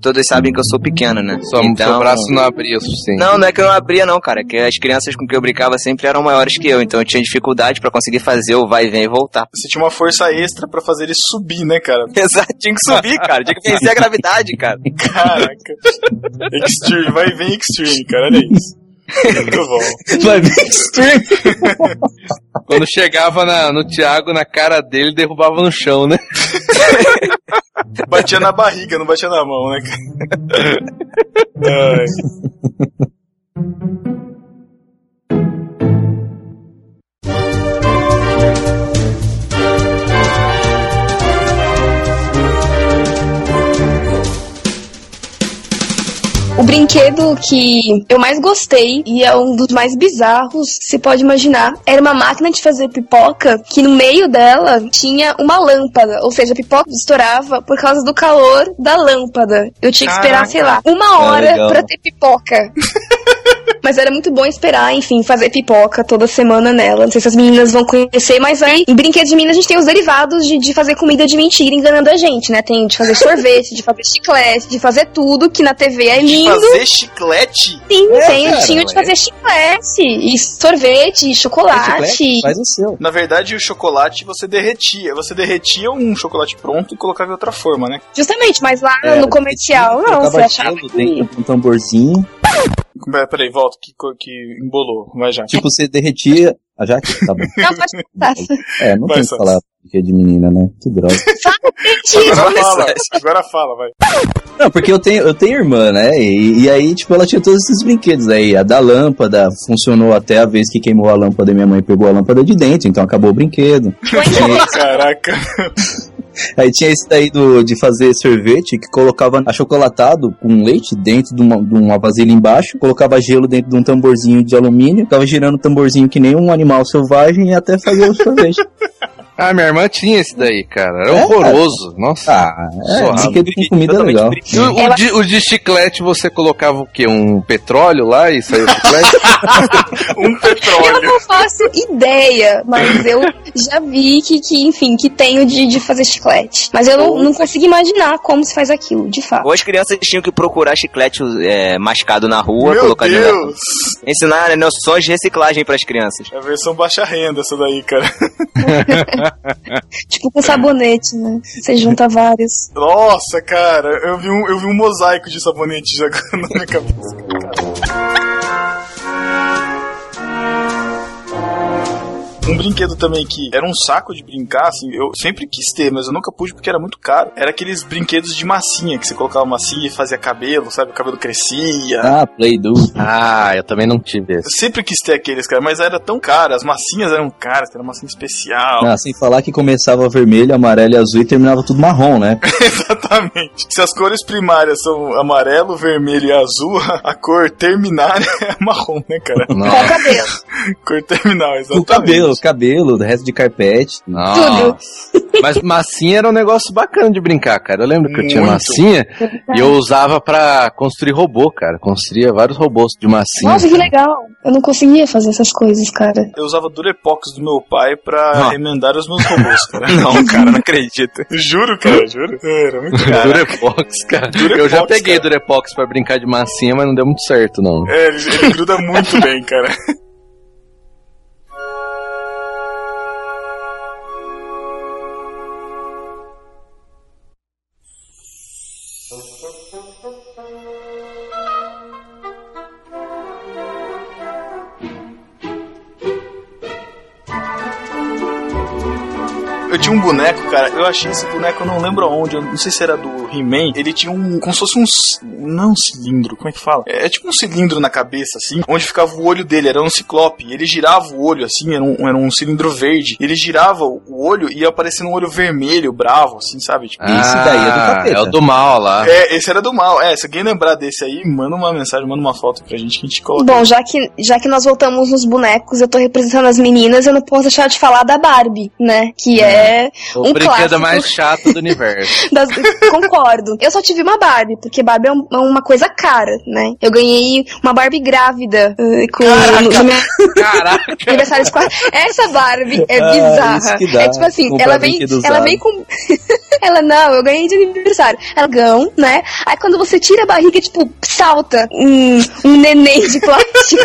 Todos sabem que eu sou pequeno, né? Sua, seu braço não abria o suficiente. Não, não é que eu não abria, não, cara. é Que as crianças com que eu brincava sempre eram maiores que eu, então eu tinha dificuldade pra conseguir fazer o vai e vem e voltar. Você tinha uma força extra pra fazer ele subir, né, cara? Exato, tinha que subir, cara. Tinha que vencer a gravidade, cara. Caraca. Extreme, vai vem Extreme, cara, olha isso. Muito bom. Vai bem extreme. Quando chegava na- no Thiago, na cara dele, derrubava no chão, né? Batia na barriga, não batia na mão, né, cara? Ai. O brinquedo que eu mais gostei e é um dos mais bizarros que se pode imaginar era uma máquina de fazer pipoca que no meio dela tinha uma lâmpada, ou seja, a pipoca estourava por causa do calor da lâmpada. Eu tinha que esperar, sei lá, uma hora legal. pra ter pipoca. Mas era muito bom esperar, enfim, fazer pipoca toda semana nela. Não sei se as meninas vão conhecer, mas aí em brinquedo de menina a gente tem os derivados de, de fazer comida de mentira enganando a gente, né? Tem de fazer sorvete, de fazer chiclete, de fazer tudo que na TV é De lindo. fazer chiclete? Sim, É, tem, cara, tinha de fazer chiclete, e sorvete, e chocolate. Chiclete, Faz o seu. Na verdade, o chocolate você derretia. Você derretia um chocolate pronto e colocava em outra forma, né? Justamente, mas lá É, no comercial, não, você Colocava achava gelo que... dentro de um tamborzinho. Pera- Peraí, volta, que, co- que embolou. Vai já. Tipo, você derretia. Ah, já que tá bom. Não, pode contar. É, não Vai, tem o que Santos. falar porque é de menina, né? Que droga. Agora fala, agora fala, vai. Não, porque eu tenho, eu tenho irmã, né? E, e aí, tipo, ela tinha todos esses brinquedos aí. A da lâmpada funcionou até a vez que queimou a lâmpada e minha mãe pegou a lâmpada de dentro, então acabou o brinquedo. Caraca. Aí tinha esse daí do, de fazer sorvete que colocava achocolatado com leite dentro de uma, de uma vasilha embaixo, colocava gelo dentro de um tamborzinho de alumínio, ficava girando o tamborzinho que nem um animal selvagem e até fazer o sorvete. Ah, minha irmã tinha esse daí, cara. Era É, horroroso. Nossa. ah, é, Surrado. brinquedo com comida é Totalmente legal. brinquedo. E o, o Ela- de, o de chiclete você colocava o quê? Um petróleo lá e saiu o chiclete? Um Eu petróleo. não faço ideia, mas eu já vi que, que enfim, que tenho de, de fazer chiclete. Mas eu não, não consigo imaginar como se faz aquilo, de fato. Ou as crianças tinham que procurar chiclete é, mascado na rua, Meu colocar de Deus. ensinar noções né, de reciclagem pras crianças. É a versão baixa renda essa daí, cara. Tipo com sabonete, né? Você junta vários. Nossa, cara, eu vi um, eu vi um mosaico de sabonete já na minha cabeça. Um brinquedo também que era um saco de brincar, assim, eu sempre quis ter, mas eu nunca pude porque era muito caro. Era aqueles brinquedos de massinha, que você colocava massinha e fazia cabelo, sabe? O cabelo crescia. Ah, Play Do. Ah, eu também não tive Eu esse. sempre quis ter aqueles, cara, mas era tão caro, as massinhas eram caras, era massinha especial. Ah, sem falar que começava vermelho, amarelo e azul e terminava tudo marrom, né? Exatamente. Se as cores primárias são amarelo, vermelho e azul, a cor terminária é marrom, né, cara? Nossa. o cabelo. cor terminal, exatamente. O cabelo, o cabelo, o resto de carpete. Mas massinha era um negócio bacana de brincar, cara. Eu lembro que eu tinha Muito. massinha e eu usava pra construir robô, cara. Construía vários robôs de massinha. Nossa, que legal. Eu não conseguia fazer essas coisas, cara. Eu usava Durepox do meu pai Ah. pra remendar os meus robôs, cara. Não, cara, não acredito. Juro, cara, juro. Era muito caro. Durepox, cara. Durepox, eu já peguei Durepox pra brincar de massinha, mas não deu muito certo, não. É, ele, ele gruda muito bem, cara. Eu tinha um boneco, cara. Eu achei esse boneco, eu não lembro aonde. Eu não sei se era do He-Man. Ele tinha um. Como se fosse um. c- Não um cilindro, como é que fala? É, é tipo um cilindro na cabeça, assim. Onde ficava o olho dele. Era um ciclope. Ele girava o olho, assim. Era um, era um cilindro verde. Ele girava o o olho e ia aparecendo um olho vermelho, bravo, assim, sabe? Tipo, Esse daí é do Ah, capeta. é o do mal lá. É, esse era do mal. É, se alguém lembrar desse aí, manda uma mensagem, manda uma foto pra gente que a gente coloca. Bom, já que, já que nós voltamos nos bonecos, eu tô representando as meninas, eu não posso deixar de falar da Barbie, né? Que é, O um brinquedo clássico. mais chato do universo. das- Concordo. Eu só tive uma Barbie, porque Barbie é, um- é uma coisa cara, né? Eu ganhei uma Barbie grávida eh, com no, no meu aniversário de quatro. Essa Barbie é Ah, bizarra. isso que dá, é tipo assim, comprar ela vem, brinquedo ela usado. vem com. ela não, eu ganhei de aniversário. Ela gão, né? Aí quando você tira a barriga, tipo, salta um, um neném de plástico.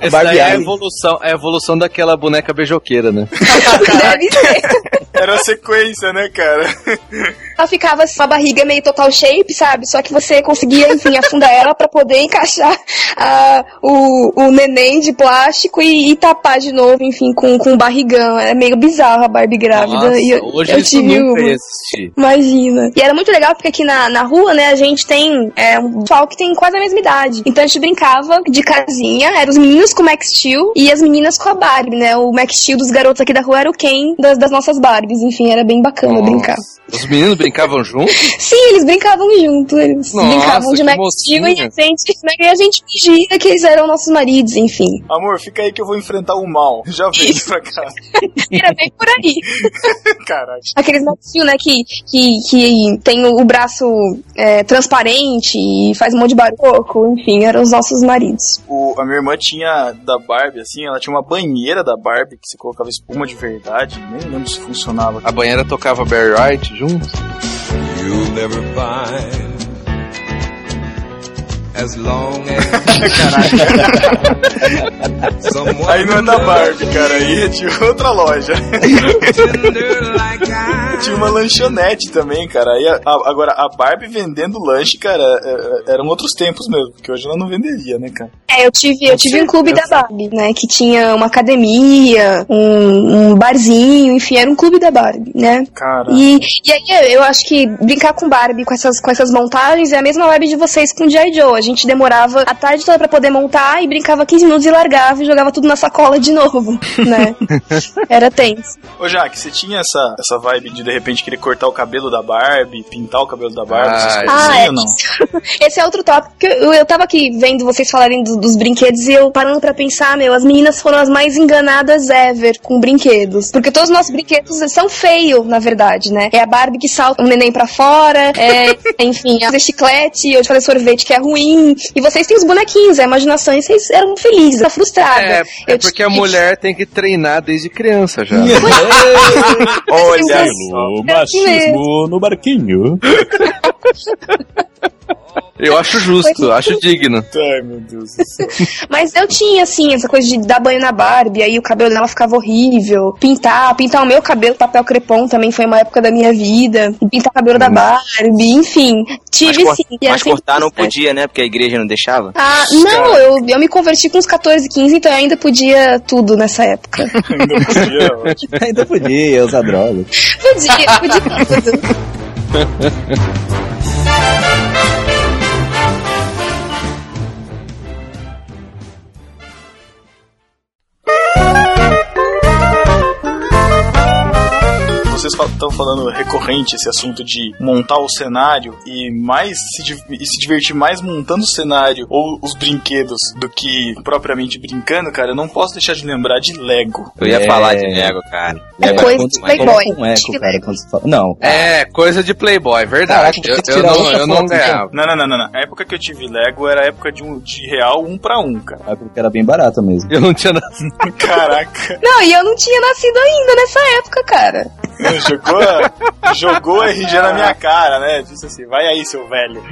Essa daí é a evolução, é a evolução daquela boneca beijoqueira, né? Deve ser. Era a sequência, né, cara? Ela ficava assim, com a barriga meio total shape, sabe? Só que você conseguia, enfim, afundar ela pra poder encaixar ah, o, o neném de plástico e, e tapar de novo, enfim, com, com o barrigão. Era meio bizarro a Barbie grávida. Nossa, e eu, hoje eu isso tive um. nunca uma. ia existir. Imagina. E era muito legal porque aqui na, na rua, né, a gente tem é, um pessoal que tem quase a mesma idade. Então a gente brincava de casinha, eram os meninos com o Max Steel e as meninas com a Barbie, né? O Max Steel dos garotos aqui da rua era o Ken das, das nossas Barbies. Enfim, era bem bacana brincar. Os meninos brincavam junto? Sim, eles brincavam junto. Eles Nossa, brincavam de que Max Steel e a mocinha. gente, né, e a gente fingia que eles eram nossos maridos, enfim. Amor, fica aí que eu vou enfrentar o mal. Já veio pra cá. Era bem por aí. Caraca. Aqueles macio, né, que, que, que tem o braço é, transparente e faz um monte de barulho, enfim, eram os nossos maridos. O- a minha irmã tinha da Barbie, assim, ela tinha uma banheira da Barbie que você colocava espuma de verdade, nem lembro se funcionava. A banheira tocava Barry Wright junto? You'll never find as long as Aí não é da Barbie, cara, aí é de outra loja. tinha uma lanchonete também, cara. Aí a- a- agora, a Barbie vendendo lanche, cara, é- é- eram outros tempos mesmo, porque hoje ela não venderia, né, cara? É, eu tive, eu tive um clube da Barbie, né? Que tinha uma academia, um, um barzinho, enfim, era um clube da Barbie, né? Cara. E, e aí eu acho que brincar com Barbie, com essas, com essas montagens, é a mesma vibe de vocês com o G.I. Joe. A gente demorava a tarde toda pra poder montar e brincava 15 minutos e largava e jogava tudo na sacola de novo, né? Era tenso. Ô, Jaque, você tinha essa, essa vibe de de repente querer cortar o cabelo da Barbie, pintar o cabelo da Barbie, essas Ah, coisas assim, é. ou não? Esse é outro tópico que eu, eu tava aqui vendo vocês falarem do- dos brinquedos e eu parando pra pensar, meu, as meninas foram as mais enganadas ever com brinquedos. Porque todos os nossos brinquedos são feios, na verdade, né? É a Barbie que salta o neném pra fora, é, enfim, a fazer chiclete, eu te falei sorvete que é ruim. E vocês têm os bonequinhos, a imaginação, e vocês eram felizes, tá frustrada. É, é Eu te- porque a mulher tem que Uhum. treinar desde criança já. Olha Mas- só. é assim machismo no barquinho. Eu acho justo, acho digno. Ai, meu Deus do céu. Mas eu tinha, assim, essa coisa de dar banho na Barbie, aí o cabelo dela ficava horrível. Pintar, pintar o meu cabelo, papel crepom também foi uma época da minha vida. Pintar o cabelo da Barbie, enfim. Hum. Mas, Tive cor- sim. era mas assim sempre cortar não processo. podia, né? Porque a igreja não deixava. Ah, não, eu, eu me converti com uns 14, 15, então eu ainda podia tudo nessa época. Ainda podia usar droga. podia, podia tudo. Vocês estão falando recorrente esse assunto de montar o cenário e mais se, di- e se divertir mais montando o cenário ou os brinquedos do que propriamente brincando, cara. Eu não posso deixar de lembrar de Lego. Eu ia falar de Lego, cara. É Lego coisa muito de mais- playboy. Um eco, cara, quando você fala. Não, É, coisa de Playboy, verdade. Caraca, tem que eu eu tirar não, outra eu não foto, então. ganhava. Não, não, não, não, não. A época que eu tive Lego era a época de, um, de real um pra um, cara. é porque era bem barata mesmo. Eu não tinha nascido. Caraca. Não, e eu não tinha nascido ainda nessa época, cara. jogou, jogou RG na minha cara, né? Disse assim, vai aí, seu velho.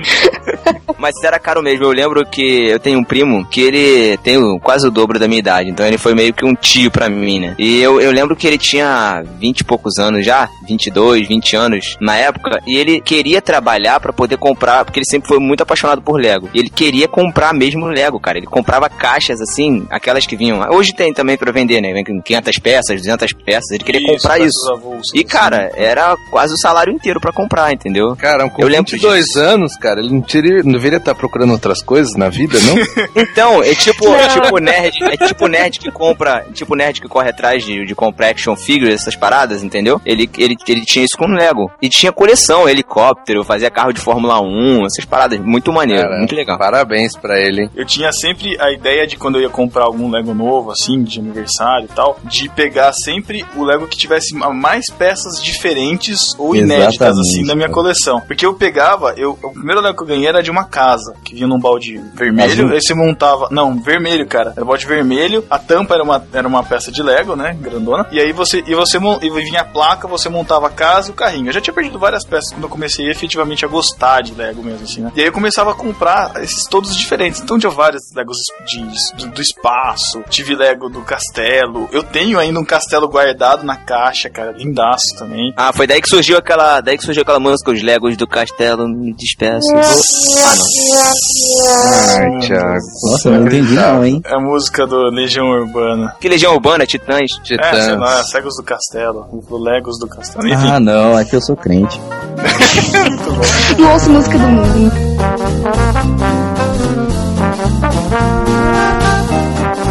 Mas era caro mesmo. Eu lembro que eu tenho um primo que ele tem o- quase o dobro da minha idade. Então ele foi meio que um tio pra mim, né? E eu, eu lembro que ele tinha 20 e poucos anos já, 22, 20 anos na época. E ele queria trabalhar pra poder comprar, porque ele sempre foi muito apaixonado por Lego. E ele queria comprar mesmo Lego, cara. Ele comprava caixas assim, aquelas que vinham. Hoje tem também pra vender, né? Vem com 500 peças, 200 peças. Ele queria comprar peças isso. avulsas, E cara, era quase o salário inteiro pra comprar, entendeu? Cara, com 22 anos, cara, ele não, teria, não deveria estar procurando outras coisas na vida, não? Então, é tipo, Não. é tipo nerd, é tipo nerd que compra, tipo nerd que corre atrás de, de comprar action figures, essas paradas, entendeu? Ele, ele, ele tinha isso com Lego. E tinha coleção, helicóptero, fazia carro de Fórmula 1, essas paradas, muito maneiro, muito legal. Parabéns pra ele, hein? Eu tinha sempre a ideia de quando eu ia comprar algum Lego novo, assim, de aniversário e tal, de pegar sempre o Lego que tivesse ma- mais peças diferentes ou inéditas, Exatamente, assim, da minha coleção. Porque eu pegava, eu, o primeiro Lego que eu ganhei era de uma casa, que vinha num balde vermelho, Azul? aí você montava. Não, vermelho, cara. Era balde vermelho, a tampa era uma, era uma peça de Lego, né? Grandona. E aí você. E você mon- e vinha a placa, você montava a casa e o carrinho. Eu já tinha perdido várias peças quando eu comecei efetivamente a gostar de Lego mesmo, assim, né? E aí eu começava a comprar esses todos diferentes. Então tinha vários Legos de- do, do espaço, tive Lego do castelo. Eu tenho ainda um castelo guardado na caixa, cara. Lindaço também. Ah, foi daí que surgiu aquela, daí que surgiu aquela música os Legos do Castelo me despeço. Ah, não. Ai, Thiago. Nossa, eu não entendi não, hein? É a música do Legião Urbana. Que Legião Urbana, Titãs? É, sei lá, Cegos do Castelo, Legos do Castelo, enfim. Ah, não, é que eu sou crente. Não ouço música do mundo.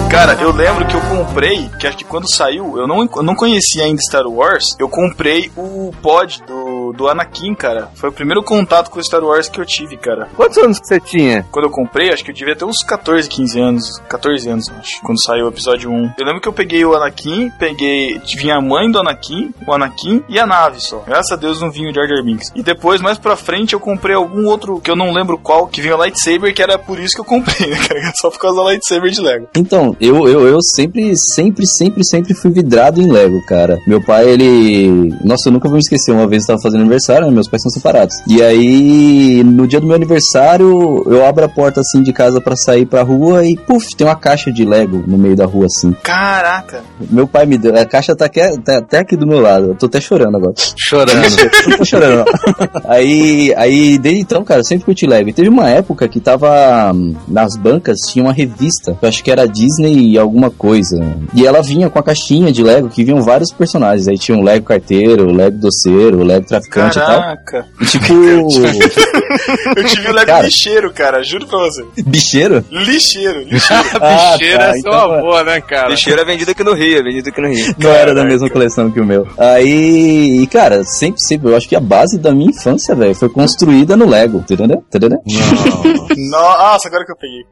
Cara, eu lembro que eu comprei, que acho que quando saiu, eu não, eu não conhecia ainda Star Wars, eu comprei o pod do, do Anakin, cara. Foi o primeiro contato com Star Wars que eu tive, cara. Quantos anos que você tinha? Quando eu comprei, acho que eu devia ter uns 14, 15 anos. 14 anos, acho. Quando saiu o episódio 1. Eu lembro que eu peguei o Anakin, peguei. Vinha a mãe do Anakin, o Anakin e a nave só. Graças a Deus não vinha o Jar Jar Binks. E depois, mais pra frente, eu comprei algum outro que eu não lembro qual, que vinha o lightsaber, que era por isso que eu comprei, né, cara? Só por causa do lightsaber de Lego. Então, eu, eu, eu sempre, sempre, sempre, sempre fui vidrado em Lego, cara. Meu pai, ele. Nossa, eu nunca vou me esquecer. Uma vez eu tava fazendo aniversário, né? Meus pais são separados. E aí, no dia do meu aniversário, eu abro a porta assim de casa pra sair pra rua e, puf, tem uma caixa de Lego no meio da rua assim. Caraca! Meu pai me deu. A caixa tá, aque- tá até aqui do meu lado. Eu tô até chorando agora. Chorando. Não tô chorando, não. Aí, aí, desde então, cara, eu sempre curti Lego. E teve uma época que tava hum, nas bancas, tinha uma revista, que eu acho que era Disney e alguma coisa. E ela vinha com a caixinha de Lego, que vinham vários personagens. Aí tinha o Lego carteiro, o Lego doceiro, o Lego traficante Caraca! e tal. E tipo. Eu tive o Lego Cara. lixeiro, cara, juro pra você. bicheiro? Lixeiro, lixeiro. Ah, Bicheira tá, é então sua é. avó, né, cara? Bicheira é vendido aqui no Rio, é vendido aqui no Rio. Não era da mesma coleção que o meu. Aí, e, cara, sempre, sempre, eu acho que a base da minha infância, velho, foi construída no Lego, entendeu? Entendeu? Nossa, agora que eu peguei.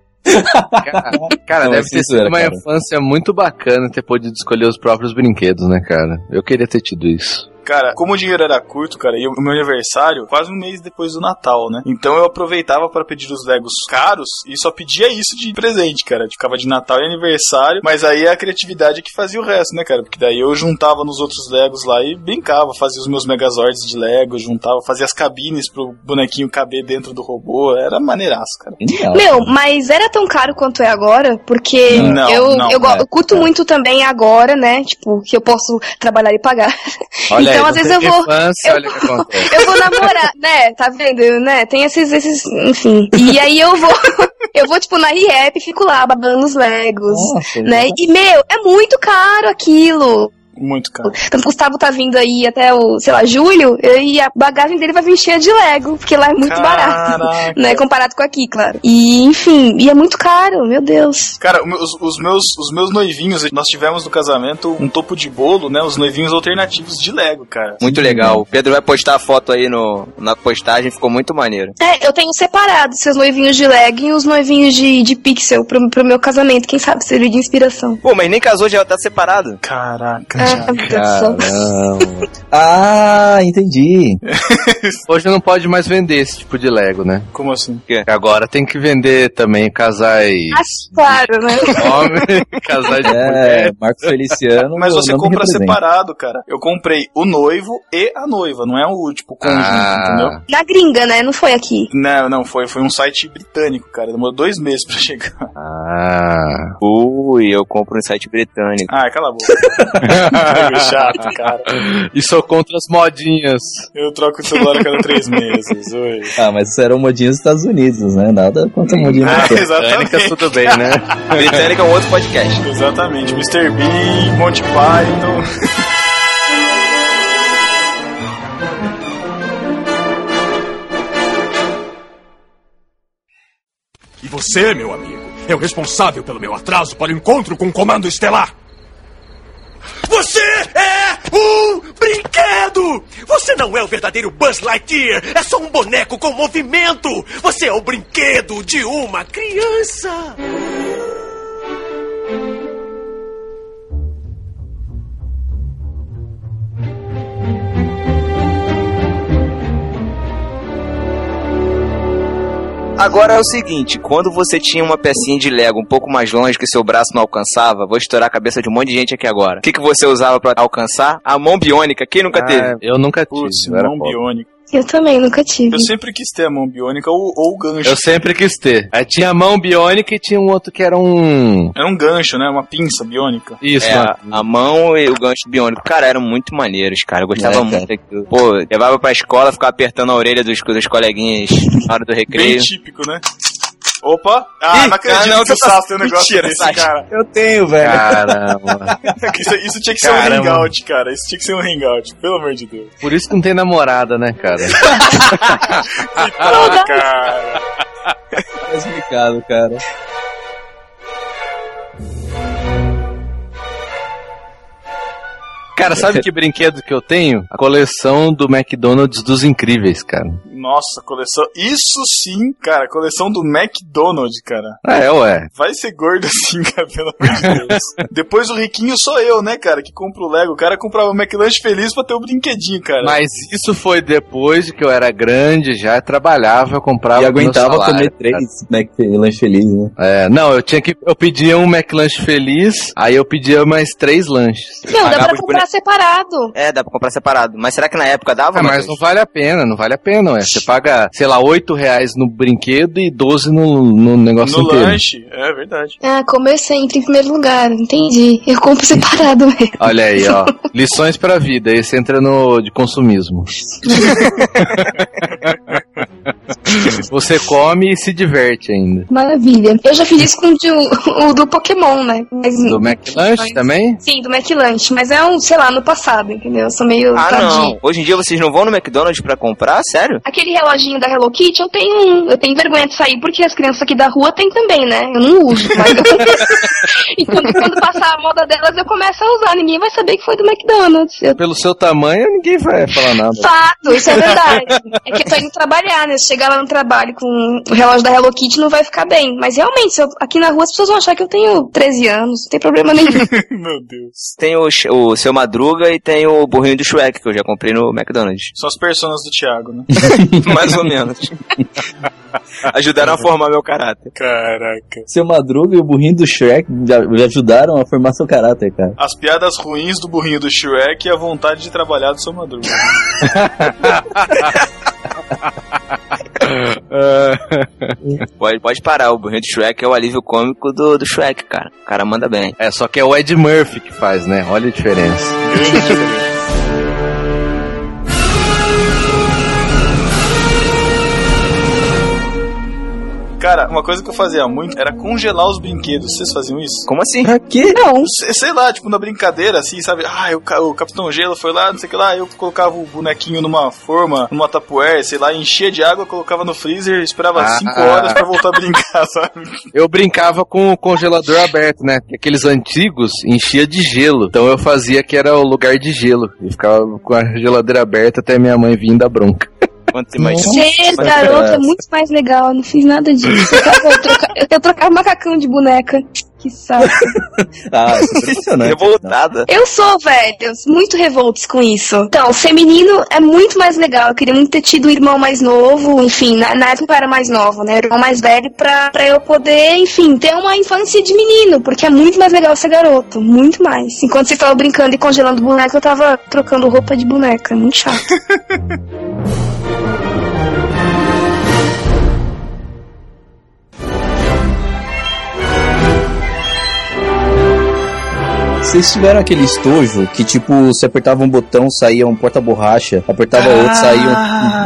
Cara, Não, deve é ter sido sincero, uma cara. infância muito bacana ter podido escolher os próprios brinquedos, né, cara? Eu queria ter tido isso. Cara, como o dinheiro era curto, cara, e o meu aniversário quase um mês depois do Natal, né? Então eu aproveitava pra pedir os Legos caros e só pedia isso de presente, cara. Ficava de Natal e aniversário, mas aí a criatividade é que fazia o resto, né, cara? Porque daí eu juntava nos outros Legos lá e brincava, fazia os meus Megazords de Lego, juntava, fazia as cabines pro bonequinho caber dentro do robô. Era maneiraço, cara. é Meu, mas era tão caro quanto é agora, porque Não, eu, não, eu, go- é, eu curto muito também agora, né? Tipo, que eu posso trabalhar e pagar. Olha então, aí, às você vezes eu de vou. Infância, olha o que acontece. Eu vou namorar, né? Tá vendo, né? Tem esses, esses, enfim. E aí eu vou, eu vou tipo na rap e fico lá babando os Legos, Nossa, né? gente. E meu, é muito caro aquilo. Muito caro. Tanto que o Gustavo tá vindo aí até o, sei lá, julho, e a bagagem dele vai vir cheia de Lego, porque lá é muito barato, Caraca. né? Comparado com aqui, claro. E enfim, e é muito caro, meu Deus. Cara, o meu- os, os meus, os meus noivinhos, nós tivemos no casamento um topo de bolo, né? Os noivinhos alternativos de Lego, cara. Muito legal. O Pedro vai postar a foto aí no, na postagem, ficou muito maneiro. É, eu tenho separado seus noivinhos de Lego e os noivinhos de, de pixel pro, pro meu casamento. Quem sabe servir de inspiração. Pô, mas nem casou, já tá separado. Ah, Caraca, meu Deus do céu. Caramba. ah, entendi. Hoje não pode mais vender esse tipo de Lego, né? Como assim? Agora tem que vender também casais. Ah, claro, né? Homem, casais de É, mulher. Marco Feliciano. Mas você não me compra representa. separado, cara. Eu comprei o noivo e a noiva, não é o tipo conjunto, Ah. entendeu? Na gringa, né? Não foi aqui. Não, não, foi, foi um site britânico, cara. Demorou dois meses pra chegar. Ah. Ui, eu compro no site britânico. Ah, cala a boca. Que chato, cara. E sou contra as modinhas. Eu troco o celular a cada três meses. Oi. Ah, mas isso era um modinho dos Estados Unidos, né? Nada contra o modinho Ah, brasileiro. exatamente. tudo bem, né? Britânica é um outro podcast. Exatamente. Mr. Bean, Monty Python. E você, meu amigo, é o responsável pelo meu atraso para o encontro com o Comando Estelar. Você é um brinquedo! Você não é o verdadeiro Buzz Lightyear! É só um boneco com movimento! Você é o brinquedo de uma criança! Agora é o seguinte, quando você tinha uma pecinha de Lego um pouco mais longe que seu braço não alcançava, vou estourar a cabeça de um monte de gente aqui agora. O que, que você usava pra alcançar? A mão biônica, quem nunca Ah, teve? eu nunca tive. Putz, eu, era mão pobre. biônica. Eu também nunca tive. Eu sempre quis ter a mão biônica ou, ou o gancho. eu sempre quis ter. Aí tinha a mão biônica e tinha um outro que era um. Era um gancho, né? Uma pinça biônica. Isso, É, a, a mão e o gancho biônico. Cara, eram muito maneiros, cara. Eu gostava É, cara. muito daquilo. Pô, levava pra escola, ficava apertando a orelha dos, dos coleguinhas na hora do Bem recreio. típico, né? Opa! Ah, Ih, não acredito ah, não, que o você tá- Sassi tem um negócio Mentira, desse, Sassi. cara. Eu tenho, velho. Caramba. Isso, isso tinha que ser Caramba. um hangout, cara. Isso tinha que ser um hangout, pelo amor de Deus. Por isso que não tem namorada, né, cara? Ah, cara. Tá explicado, cara. Cara, sabe que brinquedo que eu tenho? A coleção do McDonald's dos Incríveis, cara. Nossa, coleção. Isso sim, cara. Coleção do McDonald's, cara. Ah, é, ué. Vai ser gordo assim, cara, pelo amor de Deus. Depois o riquinho sou eu, né, cara, que compro o Lego. O cara comprava o McLanche feliz pra ter o brinquedinho, cara. Mas isso foi depois que eu era grande, já trabalhava, comprava. E com meu aguentava salário, comer três cara. Mac lanche feliz, né? É, não, eu tinha que. Eu pedia um McLanche feliz, aí eu pedia mais três lanches. Não, dá Pagava pra os comprar separado. É, dá pra comprar separado. Mas será que na época dava? Ah, mas Matheus? não vale a pena, não vale a pena, ué. Você paga, sei lá, 8 reais no brinquedo e 12 no, no negócio no inteiro. lanche, é verdade. Ah, comer sempre em primeiro lugar, entendi. Eu compro separado mesmo. Olha aí, ó. Lições pra vida. Esse entra no de consumismo. Você come e se diverte ainda. Maravilha. Eu já fiz isso com o, de- o do Pokémon, né? Mas, Do McLanche também? Sim, do McLanche, mas é um, sei lá, no passado, entendeu? Eu sou meio Ah, tardia. não. Hoje em dia vocês não vão no McDonald's pra comprar? Sério? Aquele reloginho da Hello Kitty, eu tenho um. Eu tenho vergonha de sair, porque as crianças aqui da rua têm também, né? Eu não uso, mas eu... E quando, quando passar a moda delas, eu começo a usar. Ninguém vai saber que foi do McDonald's. Eu Pelo seu tamanho, ninguém vai falar nada. Fato, isso é verdade. É que eu tô indo trabalhar, né? Se chegar lá lá no trabalho com o relógio da Hello Kitty, não vai ficar bem. Mas realmente, se eu- aqui na rua as pessoas vão achar que eu tenho 13 anos, não tem problema nenhum. Meu Deus. Tem o, Sh- o Seu Madruga e tem o burrinho do Shrek, que eu já comprei no McDonald's. São as personas do Thiago, né? Mais ou menos. Ajudaram a formar meu caráter. Caraca. Seu Madruga e o burrinho do Shrek já- me ajudaram a formar seu caráter, cara. As piadas ruins do burrinho do Shrek e a vontade de trabalhar do seu madruga. Pode, pode parar, o burrinho do Shrek é o alívio cômico do, do Shrek, cara. O cara manda bem. É, só que é o Ed Murphy que faz, né? Olha a diferença. Cara, uma coisa que eu fazia muito era congelar os brinquedos. Vocês faziam isso? Como assim? Pra quê? Não. Sei, sei lá, tipo, na brincadeira, assim, sabe? Ah, eu, ca- o Capitão Gelo foi lá, não sei o que lá. Eu colocava o bonequinho numa forma, numa tapuer, sei lá, enchia de água, colocava no freezer, esperava Ah. 5 horas pra voltar a brincar, sabe? Eu brincava com o congelador aberto, né? Porque Aqueles antigos enchia de gelo. Então eu fazia que era o lugar de gelo. E ficava com a geladeira aberta até minha mãe vir dar bronca. Quanto Ser garoto é muito mais legal, eu não fiz nada disso. Eu trocava, eu troca- eu trocava macacão de boneca. Que saco. Ah, isso é impressionante. Revoltada. Eu sou, velho, muito revoltos com isso. Então, feminino é muito mais legal. Eu queria muito ter tido um irmão mais novo, enfim, na, na época eu era mais novo, né? Irmão mais velho, pra, pra eu poder, enfim, ter uma infância de menino, porque é muito mais legal ser garoto, muito mais. Enquanto vocês estavam brincando e congelando boneca, eu tava trocando roupa de boneca, É muito chato. Vocês tiveram aquele estojo que, tipo, você apertava um botão, saía um porta-borracha, apertava outro, saía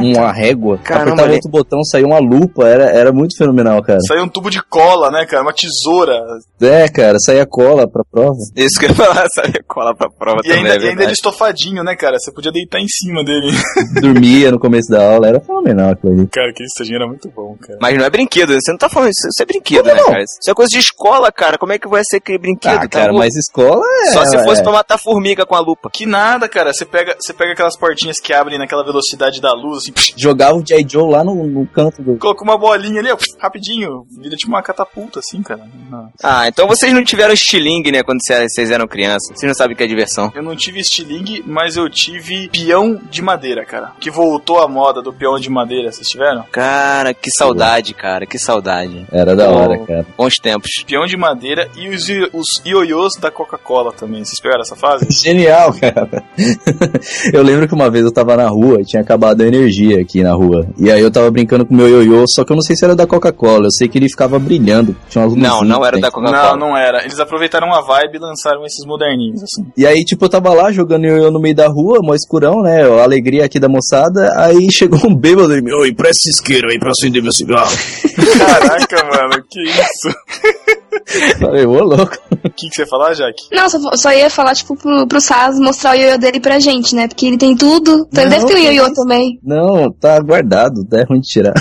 um- uma régua, Caramba, apertava né? outro botão, saía uma lupa, era, era muito fenomenal, É. cara. Saiu um tubo de cola, né, cara? Uma tesoura. É, cara, saía cola pra prova. Isso que eu ia falar, sabe? Cola pra prova E também. ainda, é e ainda verdade. era estofadinho, né, cara? Você podia deitar em cima dele. Dormia no começo da aula, era fenomenal aquilo ali. cara, aquele estadinho era muito bom, cara. Mas não é brinquedo, né? você não tá falando isso, isso é brinquedo, né, cara? Isso é coisa de escola, cara. Como é que vai ser que brinquedo? tá tá Ah, cara, louco? mas escola é. Só se fosse é. pra matar formiga com a lupa. Que nada, cara. Você pega, você pega aquelas portinhas que abrem naquela velocidade da luz, assim, psh, Jogava o J. Joe lá no, no canto do. colocou uma bolinha ali, ó, psh, rapidinho. Vira tipo uma catapulta, assim, cara. Não. Ah, então vocês não tiveram estilingue, né, quando cê- vocês eram crianças. Vocês não sabem o que é diversão. Eu não tive estilingue, mas eu tive peão de madeira, cara. Que voltou à moda do peão de madeira, vocês tiveram? Cara, que saudade, cara, que saudade. Era da hora, Bom, cara. Bons tempos. Peão de madeira e os, i- os ioiôs da Coca-Cola também. Vocês pegaram essa fase? Genial, cara. eu lembro que uma vez eu tava na rua e tinha acabado a energia aqui na rua. E aí eu tava brincando com o meu ioiô, só que eu não sei se era da Coca-Cola. Eu sei que ele ficava brilhando. Tinha umas assim. Não, não era da Não, Coca-Cola. não era. Eles aproveitaram a vibe e lançaram esses moderninhos, assim. E aí, tipo, eu tava lá jogando ioiô no meio da rua, mó escurão, né? A alegria aqui da moçada. Aí chegou um bêbado e me, ô, empresta esse isqueiro aí pra eu acender meu cigarro. Caraca, mano, que isso? Falei, ô, louco. O que, que você ia falar, Jack? Não, só, só ia falar, tipo, pro, pro Saz mostrar o ioiô dele pra gente, né? Porque ele tem tudo. Então ele Não, deve ter um que ioiô isso. também. Não, tá guardado, tá é ruim de tirar.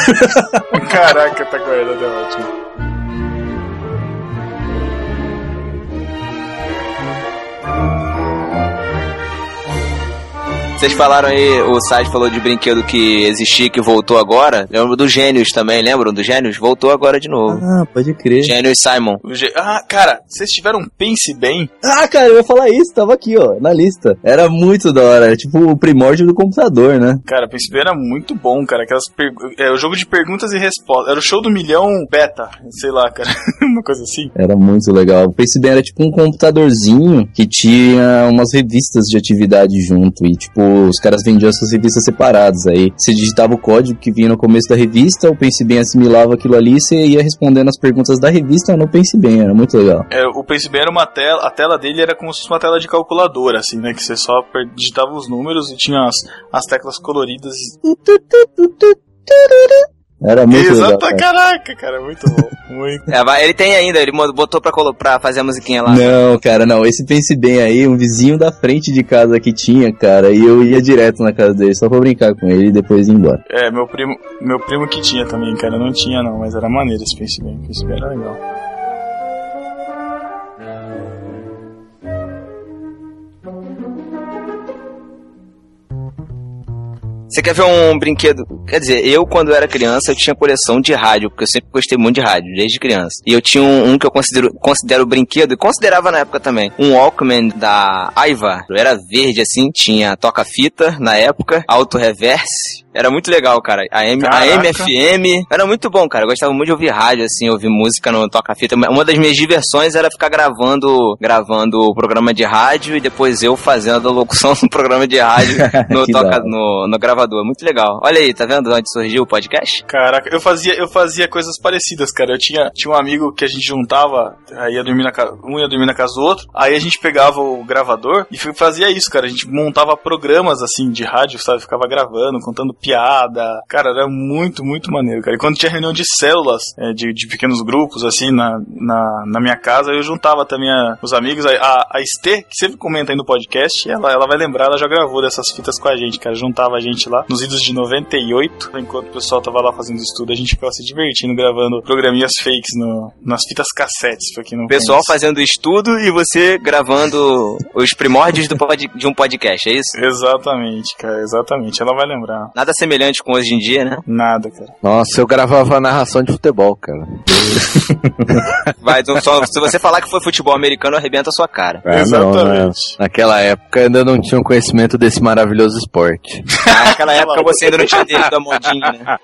Caraca, tá guardado, é ótimo. Vocês falaram aí, o Sage falou de brinquedo que existia, que voltou agora. Eu lembro do Gênios também, lembram do Gênios? Voltou agora de novo. ah, pode crer. Gênios Simon. O G- Ah, cara, vocês tiveram Pense Bem? Ah, cara, eu ia falar isso, tava aqui, ó, na lista. Era muito da hora, era tipo o primórdio do computador, né? Cara, Pense Bem era muito bom, cara. Aquelas pergu- é, o jogo de perguntas e respostas. Era o show do milhão beta, sei lá, cara. Uma coisa assim. Era muito legal. O PCB era tipo um computadorzinho que tinha umas revistas de atividade junto. E, tipo, os caras vendiam essas revistas separadas. Aí você digitava o código que vinha no começo da revista, o PCB assimilava aquilo ali e você ia respondendo as perguntas da revista no PCB. Era muito legal. É, o Pense Bem era uma tela, a tela dele era como se fosse uma tela de calculadora, assim, né? Que você só per- digitava os números e tinha as, as teclas coloridas. Era muito legal. Exato, cara. caraca, cara, muito bom. Muito. É, vai- ele tem ainda, ele mo- botou pra, colo- pra fazer a musiquinha Né. lá. Não, cara, não. Esse pense bem aí, um vizinho da frente de casa que tinha, cara, e eu ia direto na casa dele só pra brincar com ele e depois ir embora. É, meu primo, meu primo que tinha também, cara, não tinha não, mas era maneiro esse Pense Bem, Pense Bem era legal. Você quer ver um brinquedo? Quer dizer, eu quando era criança eu tinha coleção de rádio, porque eu sempre gostei muito de rádio, desde criança. E eu tinha um, um que eu considero, considero brinquedo, e considerava na época também, um Walkman da Aiva. Eu era verde assim, tinha toca-fita na época, auto-reverse. Era muito legal, cara. A, M, a Caraca. MFM. Era muito bom, cara. Eu gostava muito de ouvir rádio, assim, ouvir música no toca-fita. Uma das minhas diversões era ficar gravando gravando o programa de rádio e depois eu fazendo a locução no programa de rádio no, Que da toca, hora. no, no gravador. Muito legal. Olha aí, tá vendo onde surgiu o podcast? Caraca, eu fazia, eu fazia coisas parecidas, cara. Eu tinha, tinha um amigo que a gente juntava, aí ia dormir na casa, um ia dormir na casa do outro, aí a gente pegava o gravador e fi- fazia isso, cara. A gente montava programas assim de rádio, sabe? Ficava gravando, contando piada. Cara, era muito, muito maneiro, cara. E quando tinha reunião de células, é, de, de pequenos grupos, assim, na, na, na minha casa, eu juntava também a- os amigos. A, a, a Estê, que sempre comenta aí no podcast, ela, ela vai lembrar, ela já gravou dessas fitas com a gente, cara. Juntava a gente lá nos idos de 98, enquanto o pessoal tava lá fazendo estudo, a gente ficava se divertindo gravando programinhas fakes no, nas fitas cassetes, pra quem não O pessoal conhece. fazendo estudo e você gravando os primórdios do pod- de um podcast, é isso? Exatamente, cara, exatamente. Ela vai lembrar. Nada semelhante com hoje em dia, né? Nada, cara. Nossa, eu gravava narração de futebol, cara. Vai, então, só, se você falar que foi futebol americano, arrebenta a sua cara. Ah, não, né? Naquela época ainda não tinha um conhecimento desse maravilhoso esporte. Naquela época você ainda não tinha dentro da modinha, né?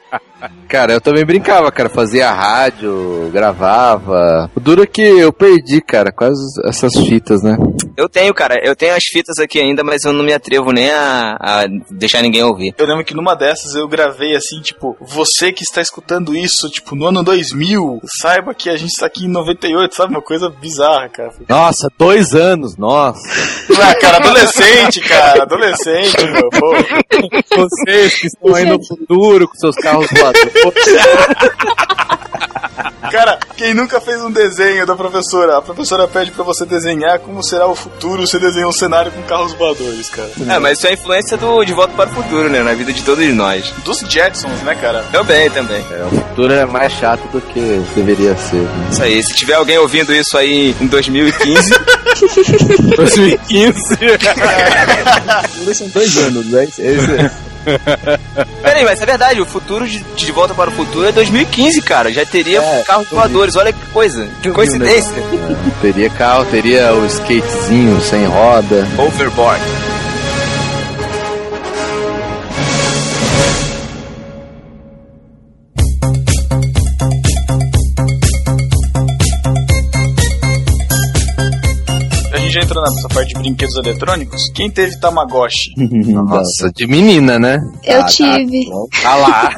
Cara, eu também brincava, cara. Fazia rádio, gravava. O duro é que eu perdi, cara, quase essas fitas, né? Eu tenho, cara, eu tenho as fitas aqui ainda, mas eu não me atrevo nem a, a deixar ninguém ouvir. Eu lembro que numa dessas eu gravei assim, tipo, você que está escutando isso, tipo, no ano 2000, saiba que a gente está aqui em 98, sabe? Uma coisa bizarra, cara. Nossa, dois anos, nossa. Ah, cara, adolescente, cara, adolescente, meu, pô. Vocês que estão aí no futuro com seus carros voadores. Cara, quem nunca fez um desenho da professora? A professora pede pra você desenhar como será o futuro, você desenha um cenário com carros voadores, cara. É, mas isso é a influência do De Volta para o Futuro, né? Na vida de todos nós. Dos Jetsons, né, cara? Também, também. O futuro é mais chato do que deveria ser. né? Isso aí, se tiver alguém ouvindo isso aí em 2015, 2015. São dois anos, né? Esse- Peraí, mas é verdade, o futuro de, de Volta para o Futuro é 2015, cara. Já teria carros voadores, olha que coisa, que coincidência. Teria carro, teria o skatezinho sem roda. Overboard. A gente já entrou nessa parte de brinquedos eletrônicos. Quem teve Tamagotchi? Nossa, de menina, né? Eu Ah, tive. Tá lá.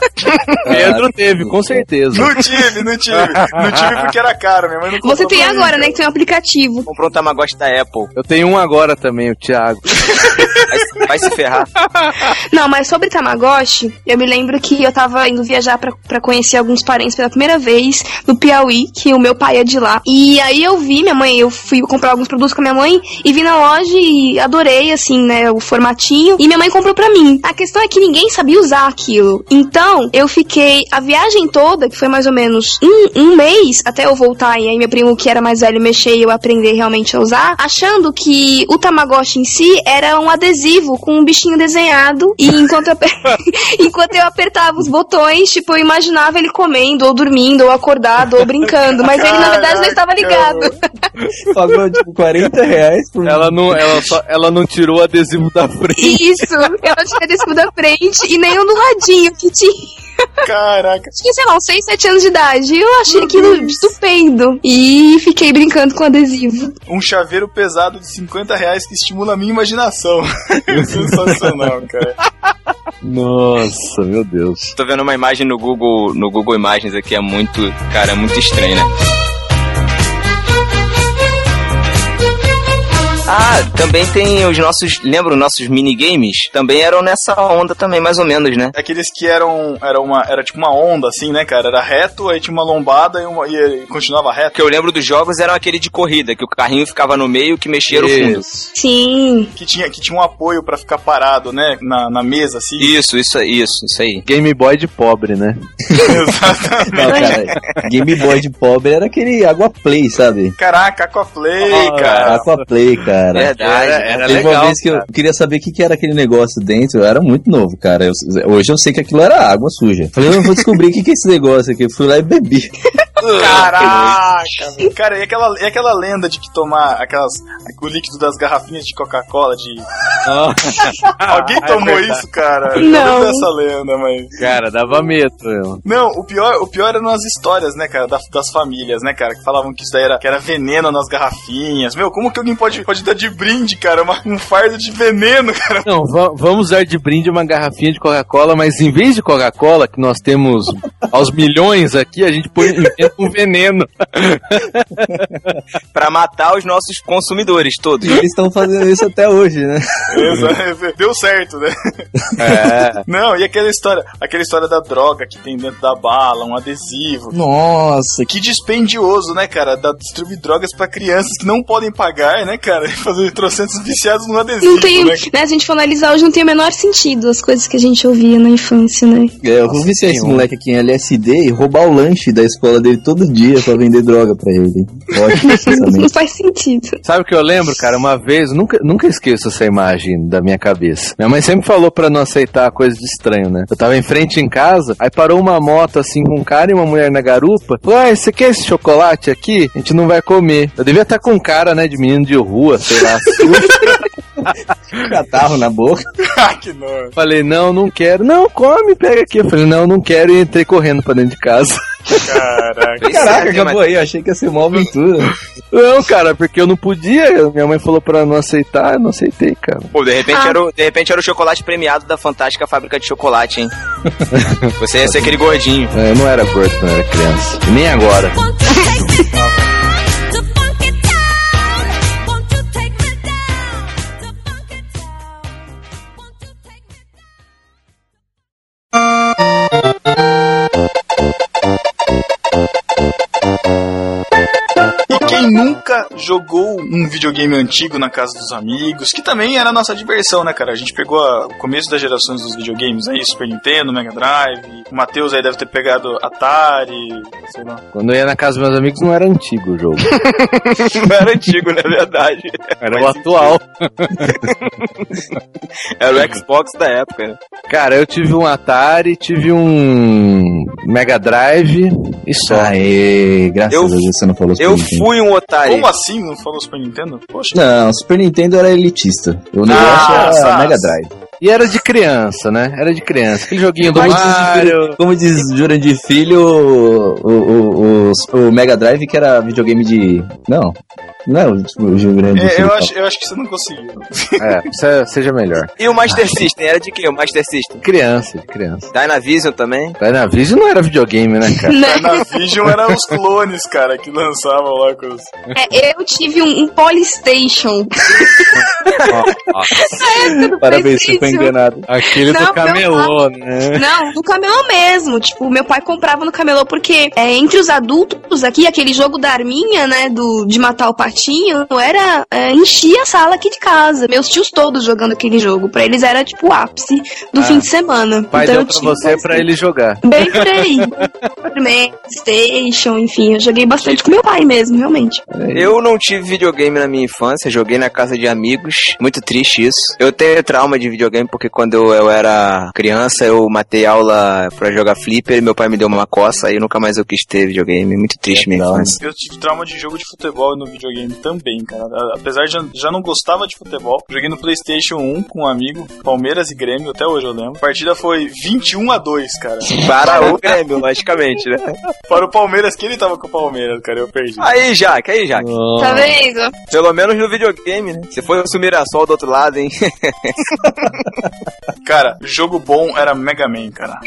Pedro teve, com certeza. Não tive, não tive. Não tive porque era caro, minha mãe não comprou Você tem pra mim, agora, cara. né? Que tem um aplicativo. Comprou um Tamagotchi da Apple. Eu tenho um agora também, o Thiago. Vai, vai se ferrar. Não, mas sobre Tamagotchi, eu me lembro que eu tava indo viajar pra, pra conhecer alguns parentes pela primeira vez no Piauí, que o meu pai é de lá. E aí eu vi minha mãe, eu fui comprar alguns produtos com a minha mãe e vi na loja e adorei, assim, né, o formatinho. E minha mãe comprou pra mim. A questão é que ninguém sabia usar aquilo. Então, eu fiquei a viagem toda, que foi mais ou menos um, um mês, até eu voltar e aí meu primo, que era mais velho, mexer e eu aprender realmente a usar, achando que o Tamagotchi em si era um adesivo com um bichinho desenhado. E enquanto eu, aper- enquanto eu apertava os botões, tipo, eu imaginava ele comendo, ou dormindo, ou acordado, ou brincando. Mas ele, na verdade, não estava ligado. Pagou tipo 40 reais por Ela não, ela, só, ela não tirou o adesivo da frente. Isso, eu não tinha descido da frente e nenhum do ladinho que tinha. Caraca. Tinha, sei lá, uns 6, 7 anos de idade. E eu achei aquilo estupendo. E fiquei brincando com adesivo. Um chaveiro pesado de 50 reais que estimula a minha imaginação. Sensacional, cara. Nossa, meu Deus. Tô vendo uma imagem no Google, no Google Imagens aqui, é muito, cara, é muito estranho, né? Ah, também tem os nossos, lembra os nossos minigames? Também eram nessa onda também, mais ou menos, né? Aqueles que eram. Era, uma, era tipo uma onda, assim, né, cara? Era reto, aí tinha uma lombada e, uma, e, e continuava reto. Que eu lembro dos jogos eram aquele de corrida, que o carrinho ficava no meio que mexia o fundo. Sim. Que tinha, que tinha um apoio pra ficar parado, né? Na, na mesa, assim. Isso, isso, isso, isso aí. Game Boy de pobre, né? Não, cara, Game Boy de pobre era aquele Água Play, sabe? Ah. Caraca, Aquaplay, cara. Aqua Play, cara. Verdade. Era, Era Teve uma É legal, vez que eu queria saber o que, que era aquele negócio dentro. Eu era muito novo, cara. Eu- hoje eu sei que aquilo era água suja. Falei, eu vou descobrir o que, que é esse negócio aqui. Eu fui lá e bebi. Caraca! velho. Cara, e aquela, e aquela lenda de que tomar aquelas, o líquido das garrafinhas de Coca-Cola de. Alguém Ah, é tomou verdade. isso, cara? Eu Não. lembro dessa lenda, mas. Cara, dava medo. meu. Não, o pior, o pior era nas histórias, né, cara, da- das famílias, né, cara, que falavam que isso daí era, que era veneno nas garrafinhas. Meu, como que alguém pode, pode dar de brinde, cara, uma- um fardo de veneno, cara? Não, va- vamos dar de brinde uma garrafinha de Coca-Cola, mas em vez de Coca-Cola, que nós temos aos milhões aqui, a gente põe inventa um veneno. Pra matar os nossos consumidores todos. E eles estão fazendo isso até hoje, né? Exato. Deu certo, né? É. Não, e aquela história, aquela história da droga que tem dentro da bala, um adesivo. Nossa, Que dispendioso, né, cara? Da distribuir drogas pra crianças que não podem pagar, né, cara? E Fazer trocentos viciados no adesivo. é Não tem, né? né, se a gente for analisar hoje, não tem o menor sentido as coisas que a gente ouvia na infância, né? É, eu vou viciar esse moleque aqui em LSD e roubar o lanche da escola dele todo dia pra vender droga pra ele. Ótimo Não pensamento. faz sentido. Sabe o que eu lembro, cara? Uma vez, nunca, nunca esqueço essa imagem da minha cabeça. Minha mãe sempre falou pra não aceitar coisa de estranho, né? Eu tava em frente em casa, aí parou uma moto assim com um cara e uma mulher na garupa. Falou, ah, você quer esse chocolate aqui? A gente não vai comer. Eu devia estar com um cara, né, de menino de rua, sei lá. Catarro na boca. que nojo. Falei, não, não quero. Não, come, pega aqui. Eu falei, não, não quero. E entrei correndo pra dentro de casa. é Caraca. Caraca, acabou aí. Eu achei que ia ser uma aventura. Não, cara, porque eu não podia. Minha mãe falou pra não aceitar, eu não aceitei, cara. Pô, de repente, Ah. era o, de repente era o chocolate premiado da fantástica fábrica de chocolate, hein? Você ia ser aquele gordinho. É, Eu não era gordo quando eu era criança. E nem agora. E quem nunca jogou um videogame antigo na casa dos amigos, que também era a nossa diversão, né, cara? A gente pegou a- o começo das gerações dos videogames aí, Super Nintendo, Mega Drive, o Matheus aí deve ter pegado Atari, sei lá. Quando eu ia na casa dos meus amigos, não era antigo o jogo. Não era antigo, na verdade. Era o atual. Era o Xbox da época, né? Cara, eu tive um Atari, tive um Mega Drive e só. Aê, graças Eu- a Deus você não falou Super Eu Nintendo. fui um otário. Como assim? Não falou Super Nintendo? Poxa. Não, Super Nintendo era elitista. O negócio Ah, era sas. Mega Drive. E era de criança, né? Era de criança. Aquele joguinho do Como diz Mario. Jurandir- Como diz Jurandir Filho, o, o, o, o Mega Drive que era videogame de. Não, não é o, o Jurandir É, Filho. eu, não. acho, eu acho que você não conseguiu. É, se- seja melhor. E o Master System? Era de quê? O Master System? Criança, de criança. Dynavision também? Dynavision não era videogame, né, cara? Na Vision eram os clones, cara, que lançavam lá com os... É, eu tive um, um Polystation. Na época do Parabéns, você foi PlayStation. enganado. Aquele Não, não, do camelô, né? Não, do camelô mesmo. Tipo, meu pai comprava no camelô porque é, entre os adultos aqui, aquele jogo da arminha, né, do, de matar o patinho, era é, enchia a sala aqui de casa. Meus tios todos jogando aquele jogo. Pra eles era, tipo, o ápice do Ah. fim de semana. O pai então, deu eu pra tive você pra ele jogar. Bem por aí. Station, enfim, eu joguei bastante com meu pai mesmo, realmente. Eu não tive videogame na minha infância, joguei na casa de amigos. Muito triste isso. Eu tenho trauma de videogame porque quando eu, eu era criança eu matei aula pra jogar flipper e meu pai me deu uma coça aí nunca mais eu quis ter videogame. Muito É triste minha infância. Eu tive trauma de jogo de futebol no videogame também, cara. A- Apesar de eu já não gostava de futebol, joguei no PlayStation 1 com um amigo, Palmeiras e Grêmio, até hoje eu lembro. A partida foi 21 a 2, cara. Para o Grêmio, logicamente, né? Para o Palmeiras, que ele tava com o Palmeiras, cara, eu perdi. Aí, Jaque, aí, Jaque. Tá vendo? Pelo menos no videogame, né? Se fosse o Mirassol do outro lado, hein? Cara, jogo bom era Mega Man, cara.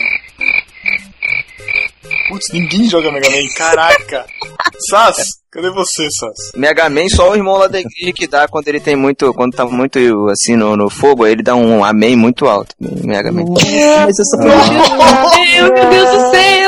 Putz, ninguém joga Mega Man, caraca. Sas, cadê você, Sas? Mega Man só o irmão lá da igreja que dá quando ele tem muito. Quando tá muito assim no, no fogo, ele dá um amém muito alto. Mega Man. Mas essa Meu, meu Deus do céu!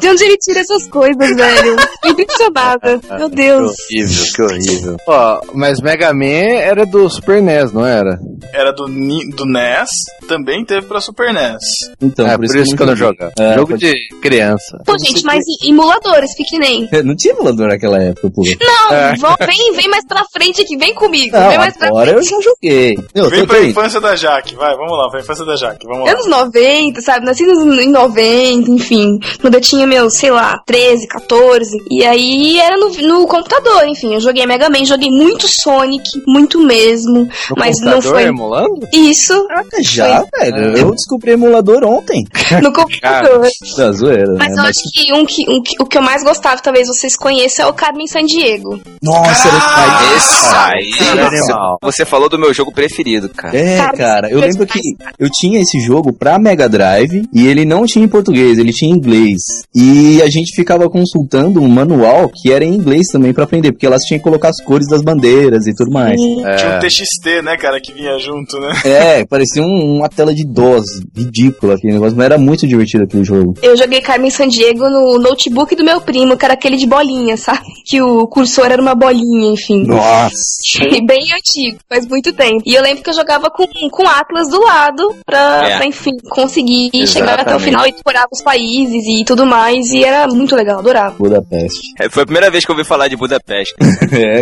De onde ele tira essas coisas, velho? Tô impressionada. Meu Deus. Que horrível, que horrível. Ó, mas Mega Man era do Super NES, não era? Era do, Ni- do NES, também teve pra Super NES. Então, é, por isso, que eu não jogava. É, Jogo pode- de criança. Pô, gente, mas em emuladores, fiquem nem. Não tinha emulador naquela época. eu pulei. Não, vão- vem, vem mais pra frente aqui, vem comigo. Não, vem mais pra agora eu frente. já joguei. Eu Vem tô pra bem. infância da Jaque, vai, vamos lá, pra infância da Jaque, vamos lá. Anos 90, sabe? Nasci nos, em 90, enfim. Quando eu tinha meus, sei lá, 13, 14. E aí era no, no computador, enfim. Eu joguei Mega Man, joguei muito Sonic, muito mesmo. No mas não computador, foi. Ah, emulando? É, Isso. Já, velho. É. Eu descobri emulador ontem. No computador. Da zoeira, né? Mas é, eu acho que, um que, um que- o que eu mais gostava, talvez vocês conheçam, é o Carmen San Diego. Nossa, Ah, era Esse aí, Cara, você, animal. você falou do meu jogo preferido, cara. É, cara, eu lembro que eu tinha esse jogo pra Mega Drive e ele não tinha em português, ele tinha em inglês. E a gente ficava consultando um manual que era em inglês também pra aprender, porque elas tinham que colocar as cores das bandeiras e tudo mais. Tinha um É. TXT, né, cara, que vinha junto, né? É, parecia um- uma tela de DOS ridícula aquele negócio, mas era muito divertido aquele jogo. Eu joguei Carmen San Diego no notebook do meu primo, que era aquele de bolinha, sabe? Que o cursor era uma bolinha, enfim. Nossa! E bem antigo, faz muito tempo. E eu lembro que eu jogava com, com Atlas do lado pra, É. pra, enfim, conseguir chegar Exatamente. até o final e explorava os países e tudo mais. E era muito legal, adorava. Budapeste. É, É, Foi a primeira vez que eu ouvi falar de Budapeste.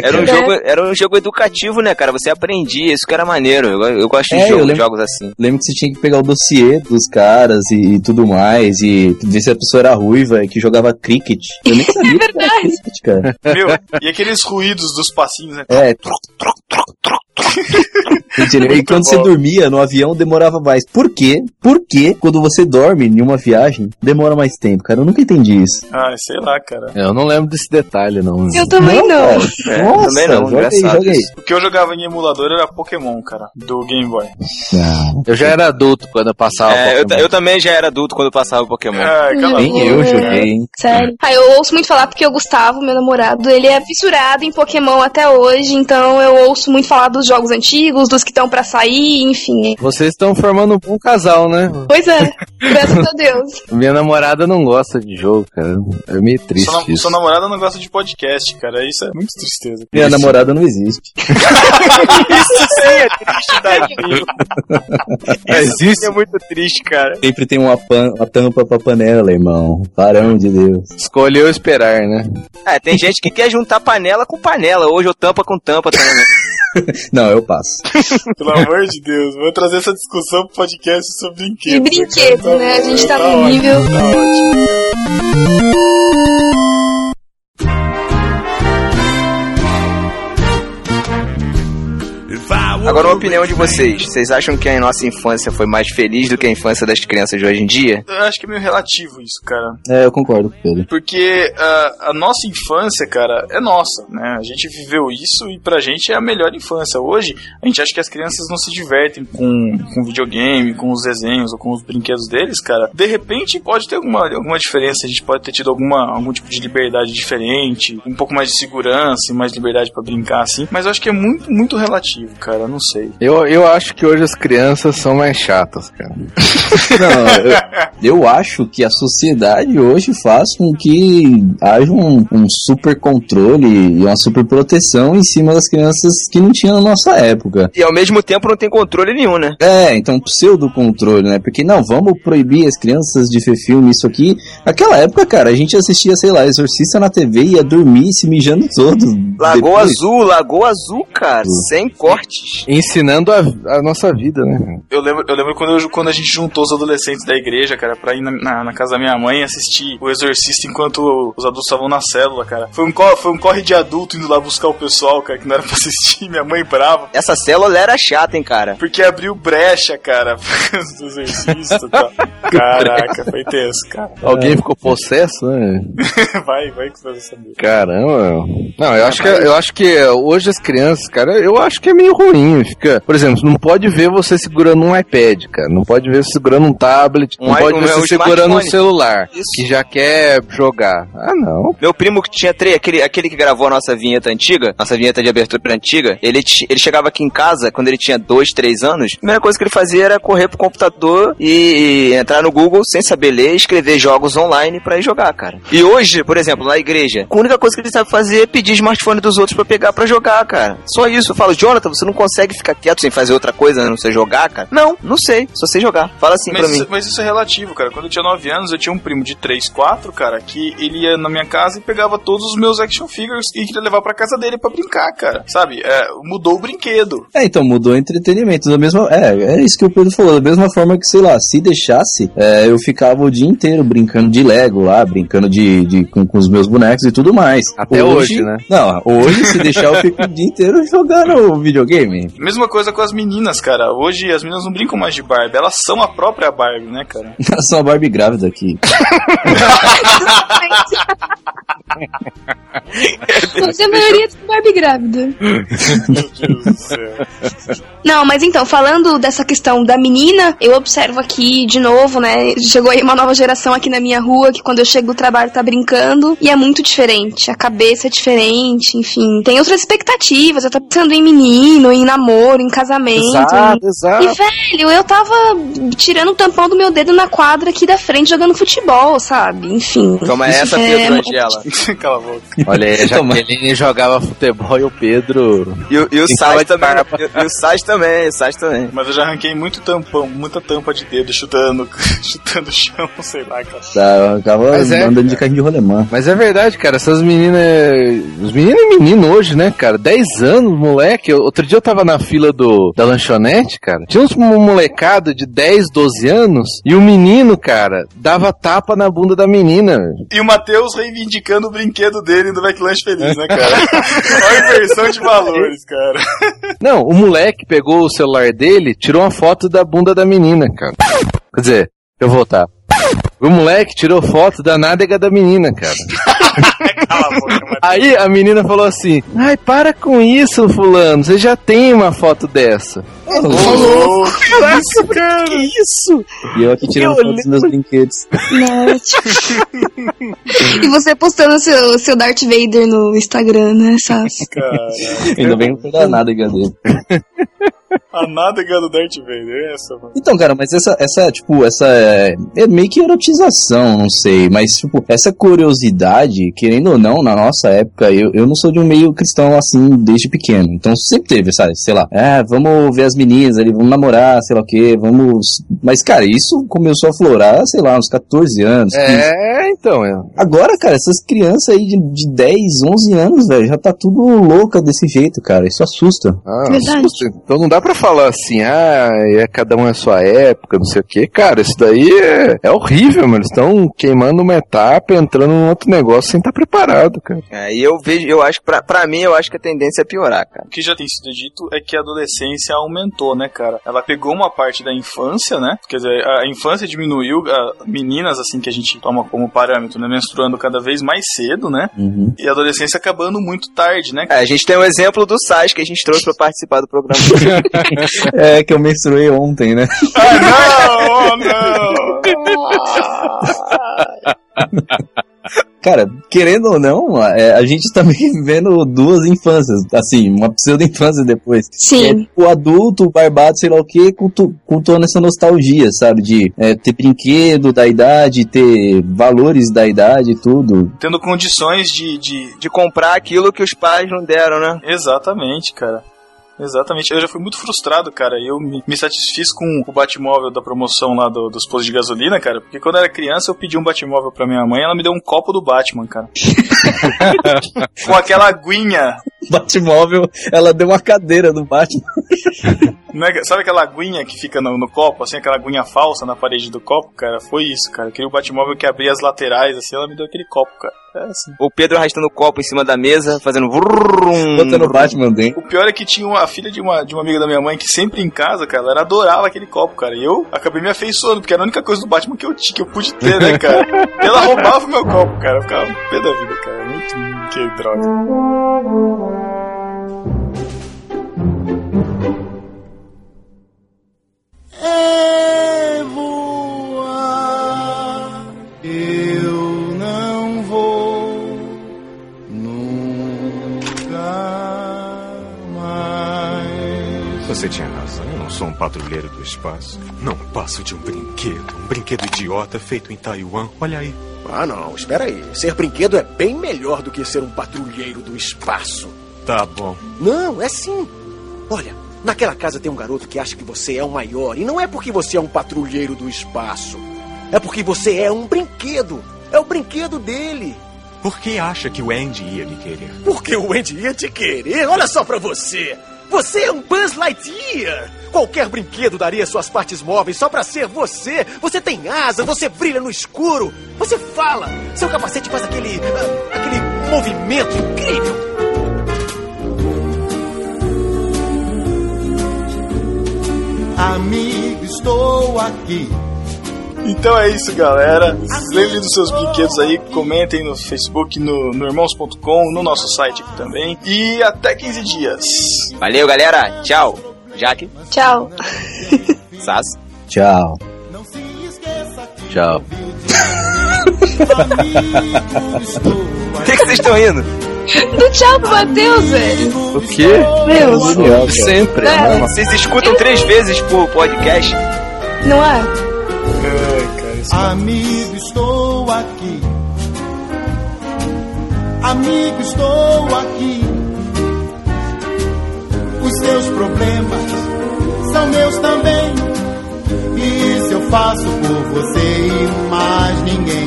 Era um, cara. jogo, era um jogo educativo, né, cara? Você aprendia, isso que era maneiro. Eu, eu gosto de É, eu jogo- lembro- jogos assim. Lembro que você tinha que pegar o dossiê dos caras e, e tudo mais, e ver se a pessoa era ruiva e que jogava cricket. Eu nem sabia que era cricket, cara. Meu, e aqueles ruídos dos passinhos, né? É. troc, troc, troc, troc, troc, troc. Mentira, e quando você dormia no avião, demorava mais. Por quê? Por quê? Quando você dorme em uma viagem, demora mais tempo, cara. Eu nunca entendi isso. Ai, sei lá, cara. Eu não lembro desse detalhe, não. Eu também não. É, Nossa, também não, joga aí, engraçado joga aí. isso. O que eu jogava em emulador era Pokémon, cara, do Game Boy. Eu já era adulto quando eu Ah, passava. É, eu, ta- eu também já era adulto quando eu passava o Pokémon. É, cala a Nem boca, eu joguei, cara. hein? Sério. Ah, eu ouço muito falar porque o Gustavo, meu namorado, ele é fissurado em Pokémon até hoje, então eu ouço muito falar dos jogos antigos, dos que estão pra sair, enfim. Vocês estão formando um bom casal, né? Pois é, graças a Deus. Minha namorada não gosta de jogo, cara. É meio triste Sua, na- isso. sua namorada não gosta de podcast, cara. Isso é muito tristeza. Minha namorada não existe. Isso sim é triste, Davi. Mas Isso é muito triste, cara. Sempre tem uma, pan- uma tampa pra panela, irmão. Parão de Deus. Escolheu esperar, né? É, tem gente que quer juntar panela com panela. Hoje eu tampa com tampa também. né? Não, eu passo. Pelo amor de Deus, vou trazer essa discussão pro podcast sobre De brinquedo. brinquedo, né? A gente tá num nível. Agora, uma opinião de vocês. Vocês acham que a nossa infância foi mais feliz do que a infância das crianças de hoje em dia? Eu acho que é meio relativo isso, cara. É, eu concordo com ele. Porque ah, a nossa infância, cara, é nossa, né? A gente viveu isso e pra gente é a melhor infância. Hoje, a gente acha que as crianças não se divertem com, com videogame, com os desenhos ou com os brinquedos deles, cara. De repente, pode ter alguma, alguma diferença. A gente pode ter tido alguma, algum tipo de liberdade diferente, um pouco mais de segurança e mais liberdade pra brincar, assim. Mas eu acho que é muito, muito relativo, cara. Eu não sei. Eu, eu acho que hoje as crianças são mais chatas, cara. Não, eu, eu acho que a sociedade hoje faz com que haja um, um super controle e uma super proteção em cima das crianças que não tinha na nossa época. E ao mesmo tempo não tem controle nenhum, né? É, então pseudo-controle, né? Porque não, vamos proibir as crianças de ver filme, isso aqui. Naquela época, cara, a gente assistia, sei lá, Exorcista na TV e ia dormir se mijando todo. Lagoa Depois- Azul, Lagoa Azul, cara. Sem cortes. Ensinando a, a nossa vida, É. né? Eu lembro, eu lembro quando, eu- quando a gente juntou os adolescentes da igreja, cara, pra ir na, na- na casa da minha mãe e assistir o Exorcista enquanto os adultos estavam na célula, cara. Foi um, co- foi um corre de adulto indo lá buscar o pessoal, cara, que não era pra assistir, minha mãe brava. Essa célula era chata, hein, cara. Porque abriu brecha, cara, do exorcista e tal. Caraca, foi tenso, cara. Alguém ficou possesso, né? Vai, vai que você vai saber. Caramba. É, Não, eu acho que é, eu acho que hoje as crianças, cara, eu acho que é meio ruim. Fica, por exemplo, não pode ver você segurando um iPad, cara. Não pode ver você segurando um tablet. Um não i- pode um- ver é um você segurando um smartphone. celular que já quer jogar. Ah, não. Meu primo que tinha três, aquele, aquele que gravou a nossa vinheta antiga, nossa vinheta de abertura antiga, ele, ti- ele chegava aqui em casa quando ele tinha dois, três anos. A primeira coisa que ele fazia era correr pro computador e, e entrar no Google sem saber ler, escrever jogos online pra ir jogar, cara. E hoje, por exemplo, na igreja, a única coisa que ele sabe fazer é pedir smartphone dos outros pra pegar pra jogar, cara. Só isso. Eu falo, Jonathan, você não consegue consegue ficar quieto sem fazer outra coisa, a não ser jogar, cara? Não, não sei. Só sei jogar. Fala assim mas, pra mim. isso- mas isso é relativo, cara. Quando eu tinha 9 anos, eu tinha um primo de 3, 4, cara, que ele ia na minha casa e pegava todos os meus action figures e queria levar pra casa dele pra brincar, cara. Sabe? É, mudou o brinquedo. É, então mudou o entretenimento. Da mesma, é, é isso que o Pedro falou. Da mesma forma que, sei lá, se deixasse, é, eu ficava o dia inteiro brincando de Lego lá, brincando de, de- com, com os meus bonecos e tudo mais. Até hoje, né? Não, hoje, se deixar, eu fico o dia inteiro jogando videogame. Mesma coisa com as meninas, cara. Hoje as meninas não brincam mais de Barbie, elas são a própria Barbie, né, cara? Tá Só a Barbie grávida aqui. Hoje é a maioria tem Barbie grávida. Não, mas então, falando dessa questão da menina, eu observo aqui de novo, né? Chegou aí uma nova geração aqui na minha rua que quando eu chego do trabalho tá brincando e é muito diferente. A cabeça é diferente, enfim. Tem outras expectativas. Eu tô pensando em menino, em namoro, em casamento. Exato, em- exato. E, velho, eu tava tirando o tampão do meu dedo na quadra aqui da frente jogando futebol, sabe? Enfim. Então, Toma essa, É, Pedro Angela. Cala a boca. Olha aí, a Jaqueline jogava futebol e o Pedro. E, o- e o Tem Sage que também. parar E, e o Sage também, o Sage também. Mas eu já arranquei muito tampão, muita tampa de dedo, chutando, chutando o chão, sei lá, cara. Tá, eu ficava Mas é, andando de carrinho de rolemã. Mas é verdade, cara, essas meninas. Os meninos e menino hoje, né, cara? 10 anos, moleque. Eu- Outro dia eu tava na fila do, da lanchonete, cara. Tinha uns mo- molecada de 10, 12 anos. E o menino, cara, dava tapa na bunda da menina. velho. E o Matheus reivindicando o brinquedo dele do McLanche Feliz, né, cara? Olha a inversão de valores, cara. Não, o moleque pegou o celular dele, tirou uma foto da bunda da menina, cara. Quer dizer, eu vou voltar. O moleque tirou foto da nádega da menina, cara. Aí a menina falou assim: Ai, para com isso, Fulano. Você já tem uma foto dessa. Caraca, cara. é Que isso? E eu aqui tirando foto dos meus brinquedos. E você postando seu, seu Darth Vader no Instagram, né, Sas? Ainda bem que não foi nada, dele. A nádega do Darth Vader, é essa, mano. Então, cara, mas essa, essa tipo, essa. É é meio que erotização, não sei. Mas, tipo, essa curiosidade, querendo ou não, na nossa época, eu, eu não sou de um meio cristão É, assim desde pequeno. Então sempre teve, sabe? Sei lá, ah, vamos ver as meninas ali, vamos namorar, sei lá o quê, vamos. Mas, cara, isso começou a florar, sei lá, uns 14 anos. 15. É, então, é. Agora, cara, essas crianças aí de, de 10, 11 anos, velho, já tá tudo louca desse jeito, cara. Isso assusta. Ah, Verdade. assusta. Então não dá pra falar assim, ah, é, cada um é sua época, não sei o quê. Cara, isso daí é, é horrível, mano. Eles estão queimando uma etapa, entrando num outro negócio sem estar preparado, cara. É, e eu vejo, eu acho, que pra, pra mim, eu acho que a tendência é piorar, cara. O que já tem sido dito é que a adolescência aumentou, né, cara? Ela pegou uma parte da infância, né? Quer dizer, a infância diminuiu, a- meninas, assim, que a gente toma como parâmetro, né? Menstruando cada vez mais cedo, né? E a adolescência acabando muito tarde, né? É, a gente tem um exemplo do Sage que a gente trouxe pra participar do programa. É que eu menstruei ontem, né? Ah, Não, oh, não! Cara, querendo ou não, é, a gente tá meio que vivendo duas infâncias, assim, uma pseudo-infância depois. Sim. É, o adulto, o barbado, sei lá o que, cultuando essa nostalgia, sabe? De é, ter brinquedo da idade, ter valores da idade e tudo. Tendo condições de- de, De comprar aquilo que os pais não deram, né? Exatamente, cara. Exatamente. Eu já fui muito frustrado, cara. Eu me, me satisfiz com o Batmóvel da promoção lá do- dos postos de gasolina, cara. Porque quando eu era criança, eu pedi um Batmóvel pra minha mãe ela me deu um copo do Batman, cara. com aquela aguinha. Batmóvel, ela deu uma cadeira no Batman. né? Sabe aquela aguinha que fica no, no copo, assim, aquela aguinha falsa na parede do copo, cara? Foi isso, cara. Eu queria o Batmóvel que abria as laterais, assim, ela me deu aquele copo, cara. É assim. O Pedro arrastando o copo em cima da mesa, fazendo vrum. Botando o Batman dentro. O pior é que tinha uma filha de uma, de uma amiga da minha mãe que sempre em casa, cara, ela adorava aquele copo, cara. E eu acabei me afeiçoando, porque era a única coisa do Batman que eu tinha, que eu pude ter, né, cara? E ela roubava o meu copo, cara. Eu ficava pé da vida, cara. Muito. Que droga. É voar. Eu não vou nunca mais. Você tinha razão, eu não sou um patrulheiro do espaço. Não passo de um brinquedo, um brinquedo idiota feito em Taiwan. Olha aí. Ah, não, espera aí. Ser brinquedo é bem melhor do que ser um patrulheiro do espaço. Tá bom. Não, é sim. Olha, Naquela casa tem um garoto que acha que você é o maior. E não é porque você é um patrulheiro do espaço. É porque você é um brinquedo. É o brinquedo dele. Por que acha que o Andy ia me querer? Porque o Andy ia te querer. Olha só pra você. Você é um Buzz Lightyear. Qualquer brinquedo daria suas partes móveis só pra ser você. Você tem asa, você brilha no escuro. Você fala. Seu capacete faz aquele... ah, aquele movimento incrível. Amigo, estou aqui. Então é isso, galera. Lembrem dos seus brinquedos aí, comentem no Facebook, no, no irmãos.com, no nosso site aqui também. E até 15 dias. Valeu, galera. Tchau. Jaque. Tchau. Sas. Tchau. Tchau. O que que vocês estão rindo? Do tchau pro Matheus, velho. O quê? Meu Genial, Sempre. É. né? Vocês escutam três vezes por podcast. Não é? Amigo, estou aqui. Amigo, estou aqui. Os seus problemas são meus também. E isso eu faço por você e mais ninguém.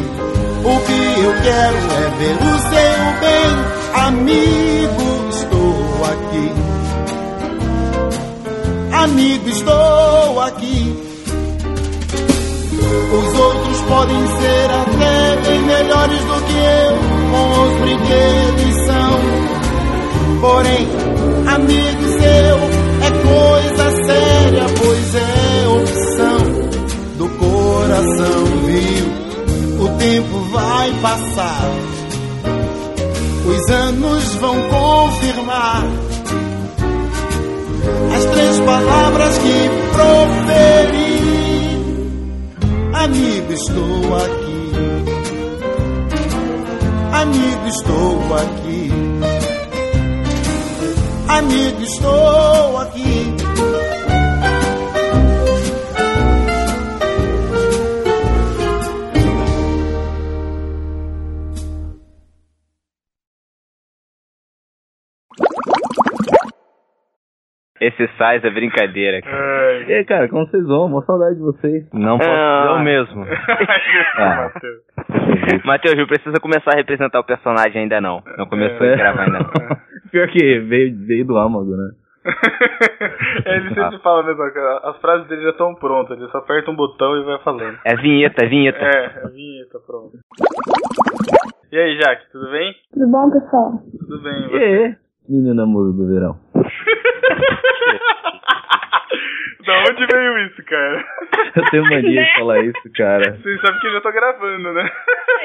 O que eu quero é ver o seu bem. Amigo, estou aqui. Amigo, estou aqui. Os outros podem ser até bem melhores do que eu, com os brinquedos são. Porém, amigo seu é coisa séria, pois é opção do coração, viu? O tempo vai passar, os anos vão confirmar as três palavras que proferi. Amigo, estou aqui. Amigo, estou aqui. Amigo, estou aqui. Esse Sas é brincadeira, cara. E aí, cara, como vocês vão? Mó saudade de vocês. Não posso É. Ah. ser o mesmo. Ah. Matheus, não precisa começar a representar o personagem ainda não. Não É. começou a gravar ainda não. Pior que veio, veio do âmago, né? Ele sempre fala a mesma coisa. As frases dele já estão prontas. Ele só aperta um botão e vai falando. É vinheta, é vinheta. É, a vinheta pronta. E aí, Jaque, tudo bem? Tudo bom, pessoal? Tudo bem. E aí, menina musa do verão? Da onde veio isso, cara? Eu tenho mania de falar isso, cara. Vocês sabem que eu já tô gravando, né?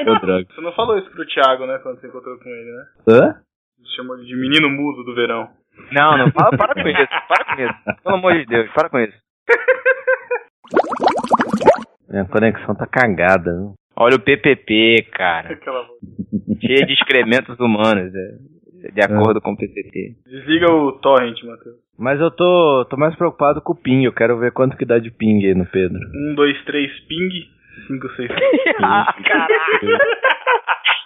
Ô, droga. Você não falou isso pro Thiago, né, quando você encontrou com ele, né? Hã? Você chamou ele de menino muso do verão. Não, não, para, para com isso, para com isso. Pelo amor de Deus, para com isso. Minha conexão tá cagada. né? Olha o PPP, cara. Aquela voz. Cheio de excrementos humanos, é, de acordo com o PPP. Desliga o torrent, Matheus. Mas eu tô, tô mais preocupado com o ping. Eu quero ver quanto que dá de ping aí no Pedro. Um, dois, três, ping. Cinco, seis. Ah, caralho.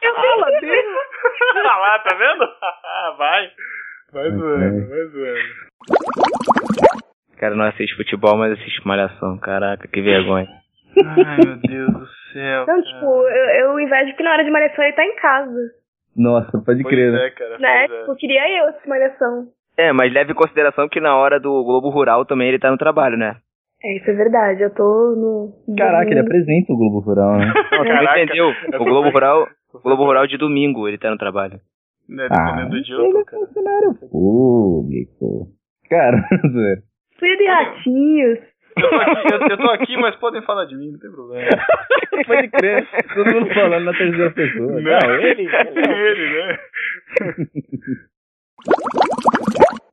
Eu fala dele. Olha lá, tá vendo? Vai. Vai zoando, vai zoando. Cara, não assiste futebol, mas assiste malhação. Caraca, que vergonha. Ai, meu Deus do céu. Não, tipo, eu, eu invejo que na hora de malhação ele tá em casa. Nossa, pode crer, É. né? né? Tipo, queria eu essa malhação. É, mas leve em consideração que na hora do Globo Rural também ele tá no trabalho, né? É, isso é verdade. Eu tô no. Caraca, ele apresenta o Globo Rural, né? Não, tu não Caraca. entendeu. O Globo Rural, o Globo Rural de domingo ele tá no trabalho. Né, Ah, dependendo do é idiota, cara. público. Cara, zoeira. Fui de ratinhos. Eu tô, aqui, eu, eu tô aqui, mas podem falar de mim, não tem problema. Pode crer, todo mundo falando na terceira pessoa. Não, ele. Ele, né?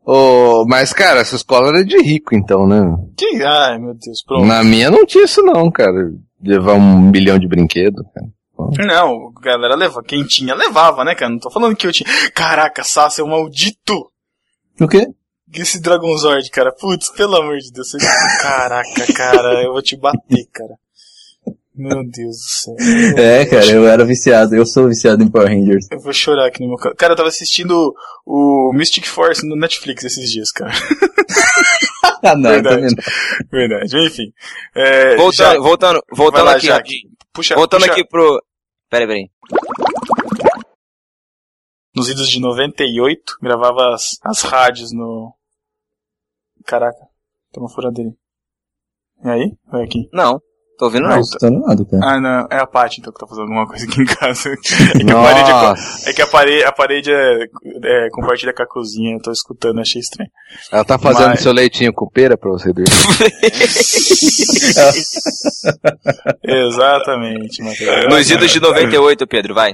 Ô, mas, cara, essa escola era de rico, então, né? Que... Ai, meu Deus, pronto. Na minha não tinha isso, não, cara. Levar um milhão de brinquedo, cara. Não, a galera leva. Quem tinha, levava, né, cara? Não tô falando que eu tinha. Caraca, Sassi é um maldito! O quê? Esse Dragonzord, cara. Putz, pelo amor de Deus. você- Caraca, cara, eu vou te bater, cara. Meu Deus do céu. É, cara, eu era viciado. Eu sou viciado em Power Rangers. Eu vou chorar aqui no meu canto. Cara, eu tava assistindo o Mystic Force no Netflix esses dias, cara. Ah, não, Verdade. também Verdade. Enfim. É, Voltando, já- voltando, voltando Vai lá, aqui, Jaque. rapidinho. Puxa, voltando puxa. aqui pro. Peraí, peraí. Nos idos de 98, gravava as, as rádios no. Caraca, tem uma furadeira. E aí? Vai aqui. Não, tô ouvindo Ah, não. tá- Ah, não. É a Paty, então, que tá fazendo alguma coisa aqui em casa. É que, a parede, é co- é, que a parede, a parede é, é compartilha com a cozinha. Eu tô escutando, achei estranho. Ela tá fazendo Mas- seu leitinho com pera pra você dormir. Exatamente, Matheus. Nos idos de 98, Pedro, vai.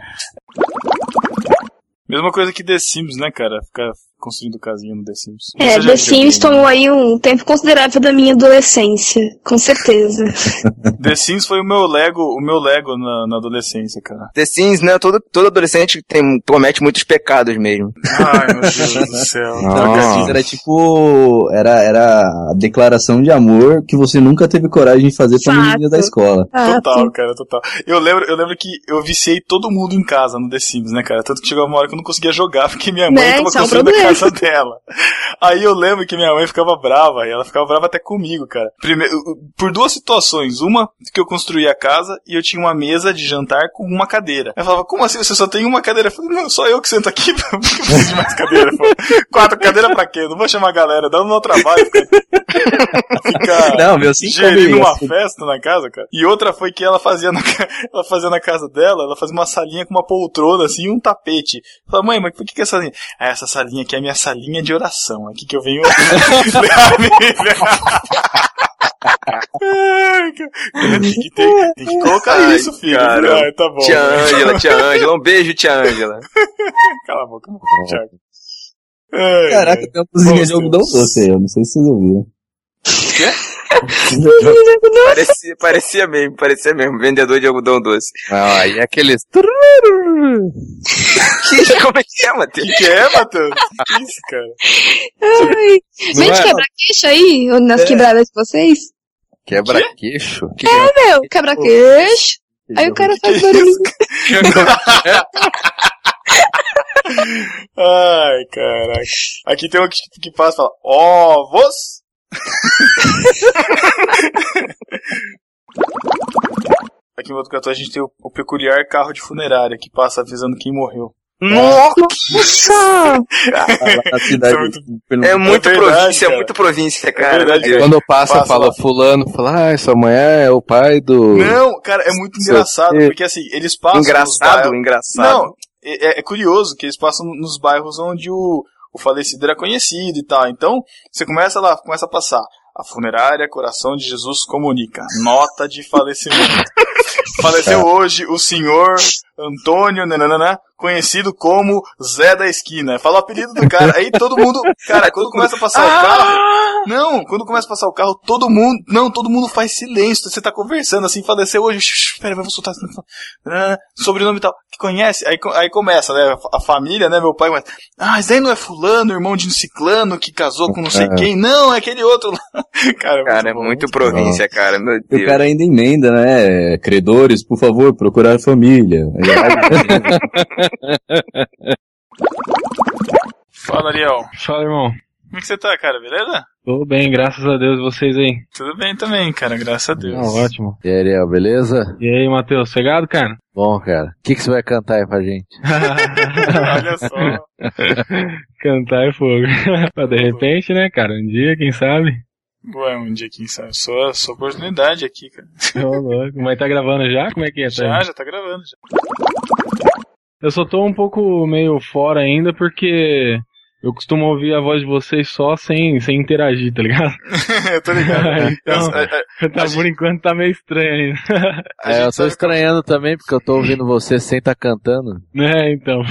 Mesma coisa que The Sims, né, cara? Ficar construindo casinha no The Sims. É, Você já The jogou- Sims tomou aí um tempo considerável da minha adolescência, com certeza. um- The Sims foi o meu Lego, o meu Lego na, na adolescência, cara. The Sims, né? Todo, todo adolescente tem, comete muitos pecados mesmo. Ai, meu Deus do céu. Não, The Sims era tipo. Era, era a declaração de amor que você nunca teve coragem de fazer pra menina da escola. Ah, Total, cara, total. Eu lembro, eu lembro que eu viciei todo mundo em casa no The Sims, né, cara? Tanto que chegou uma hora que eu não conseguia jogar porque minha mãe Né, tava isso é um construindo a problema. casa dela. Aí eu lembro que minha mãe ficava brava, e ela ficava brava até comigo, cara. Primeiro, por duas situações. Uma, que eu construí a casa e eu tinha uma mesa de jantar com uma cadeira. Ela falava, como assim você só tem uma cadeira? Eu falei, não, só eu que sento aqui, porque eu preciso de mais cadeira. pô. Quatro cadeiras pra quê? Não vou chamar a galera, dá no meu trabalho. fica- Ficar Não, meu, sim, gerindo também, uma assim. festa na casa, cara. E outra foi que ela fazia na, ca- ela fazia na casa dela, ela fazia uma salinha com uma poltrona, assim, e um tapete. Eu Falei, mãe, mas por que que é essa salinha? Ah, essa salinha aqui é a minha salinha de oração. É aqui que eu venho orar a Bíblia. Ai, cara. tem, que, tem, tem que colocar É Ai, isso, filho. cara. Ah, tá bom. Tia Ângela, tia Ângela. Um beijo, tia Ângela. Cala a boca, mano. Caraca, tem uma cozinha de algodão doce aí, eu não sei se vocês ouviram. Parecia, parecia mesmo, parecia mesmo. Vendedor de algodão doce. Ah, é e aqueles. Que- como é que é, Matheus? O que é, Matheus? Que isso, cara? Ai. Não Vende é? quebra-queixo aí, ou É. nas quebradas de vocês? Quebra-queixo? Que É, meu, quebra-queixo. Aí o cara faz barulho. Ai, caraca. Aqui tem um que, que passa e fala, ovos. Aqui em Botucatu a gente tem o, o peculiar carro de funerária que passa avisando quem morreu. Ah, Nossa! Isso é muito- É muito É verdade, província, é cara. muito província, É cara. verdade, meu Deus. Quando passa, fala lá. fulano, fala, ah, sua mulher é o pai do. Não, cara, é muito Seu- engraçado, porque assim, eles passam. nos Engraçado, bairros- engraçado. Não, é, é curioso que eles passam nos bairros onde o, o falecido era conhecido e tal. Então, você começa lá, começa a passar. A funerária Coração de Jesus comunica. Nota de falecimento. Faleceu hoje o senhor Antônio, né, nananana, conhecido como Zé da Esquina. Fala o apelido do cara, aí todo mundo. Cara, quando começa a passar o carro. Não, quando começa a passar o carro, todo mundo. Não, todo mundo faz silêncio. Você tá conversando assim, faleceu hoje. shh, shh, Pera, eu vou soltar. Né, esse telefone. Nananana, Sobrenome tal. Que conhece? Aí, co- aí começa, né? A família, né? Meu pai começa. Ah, mas aí não é fulano, irmão de um ciclano que casou com não sei É. quem. Não, é aquele outro lá. Cara, Cara, é muito província, cara. Meu E o Deus. cara ainda emenda, né? Credores, por favor, procurar família. Fala, Ariel. Fala, irmão. Como é que você tá, cara? Beleza? Tô bem, graças a Deus, vocês aí. Tudo bem também, cara, graças a Deus. Não, ótimo. E aí, Ariel, beleza? E aí, Matheus, pegado, cara? Bom, cara. O que, que você vai cantar aí pra gente? Olha só. Cantar é fogo. Mas de repente, né, cara? Um dia, quem sabe? Ué, um dia, quem sabe? Só, só oportunidade aqui, cara. Ô, louco. Mas tá gravando já? Como é que é? Tá Já, já tá gravando. Já. Eu só tô um pouco meio fora ainda porque eu costumo ouvir a voz de vocês só sem, sem interagir, tá ligado? eu tô ligado. então, Eu- eu- eu- tá, a por enquanto tá meio estranho ainda. É, eu tô Né, então. estranhando também, porque eu tô ouvindo você sem tá cantando. É, então.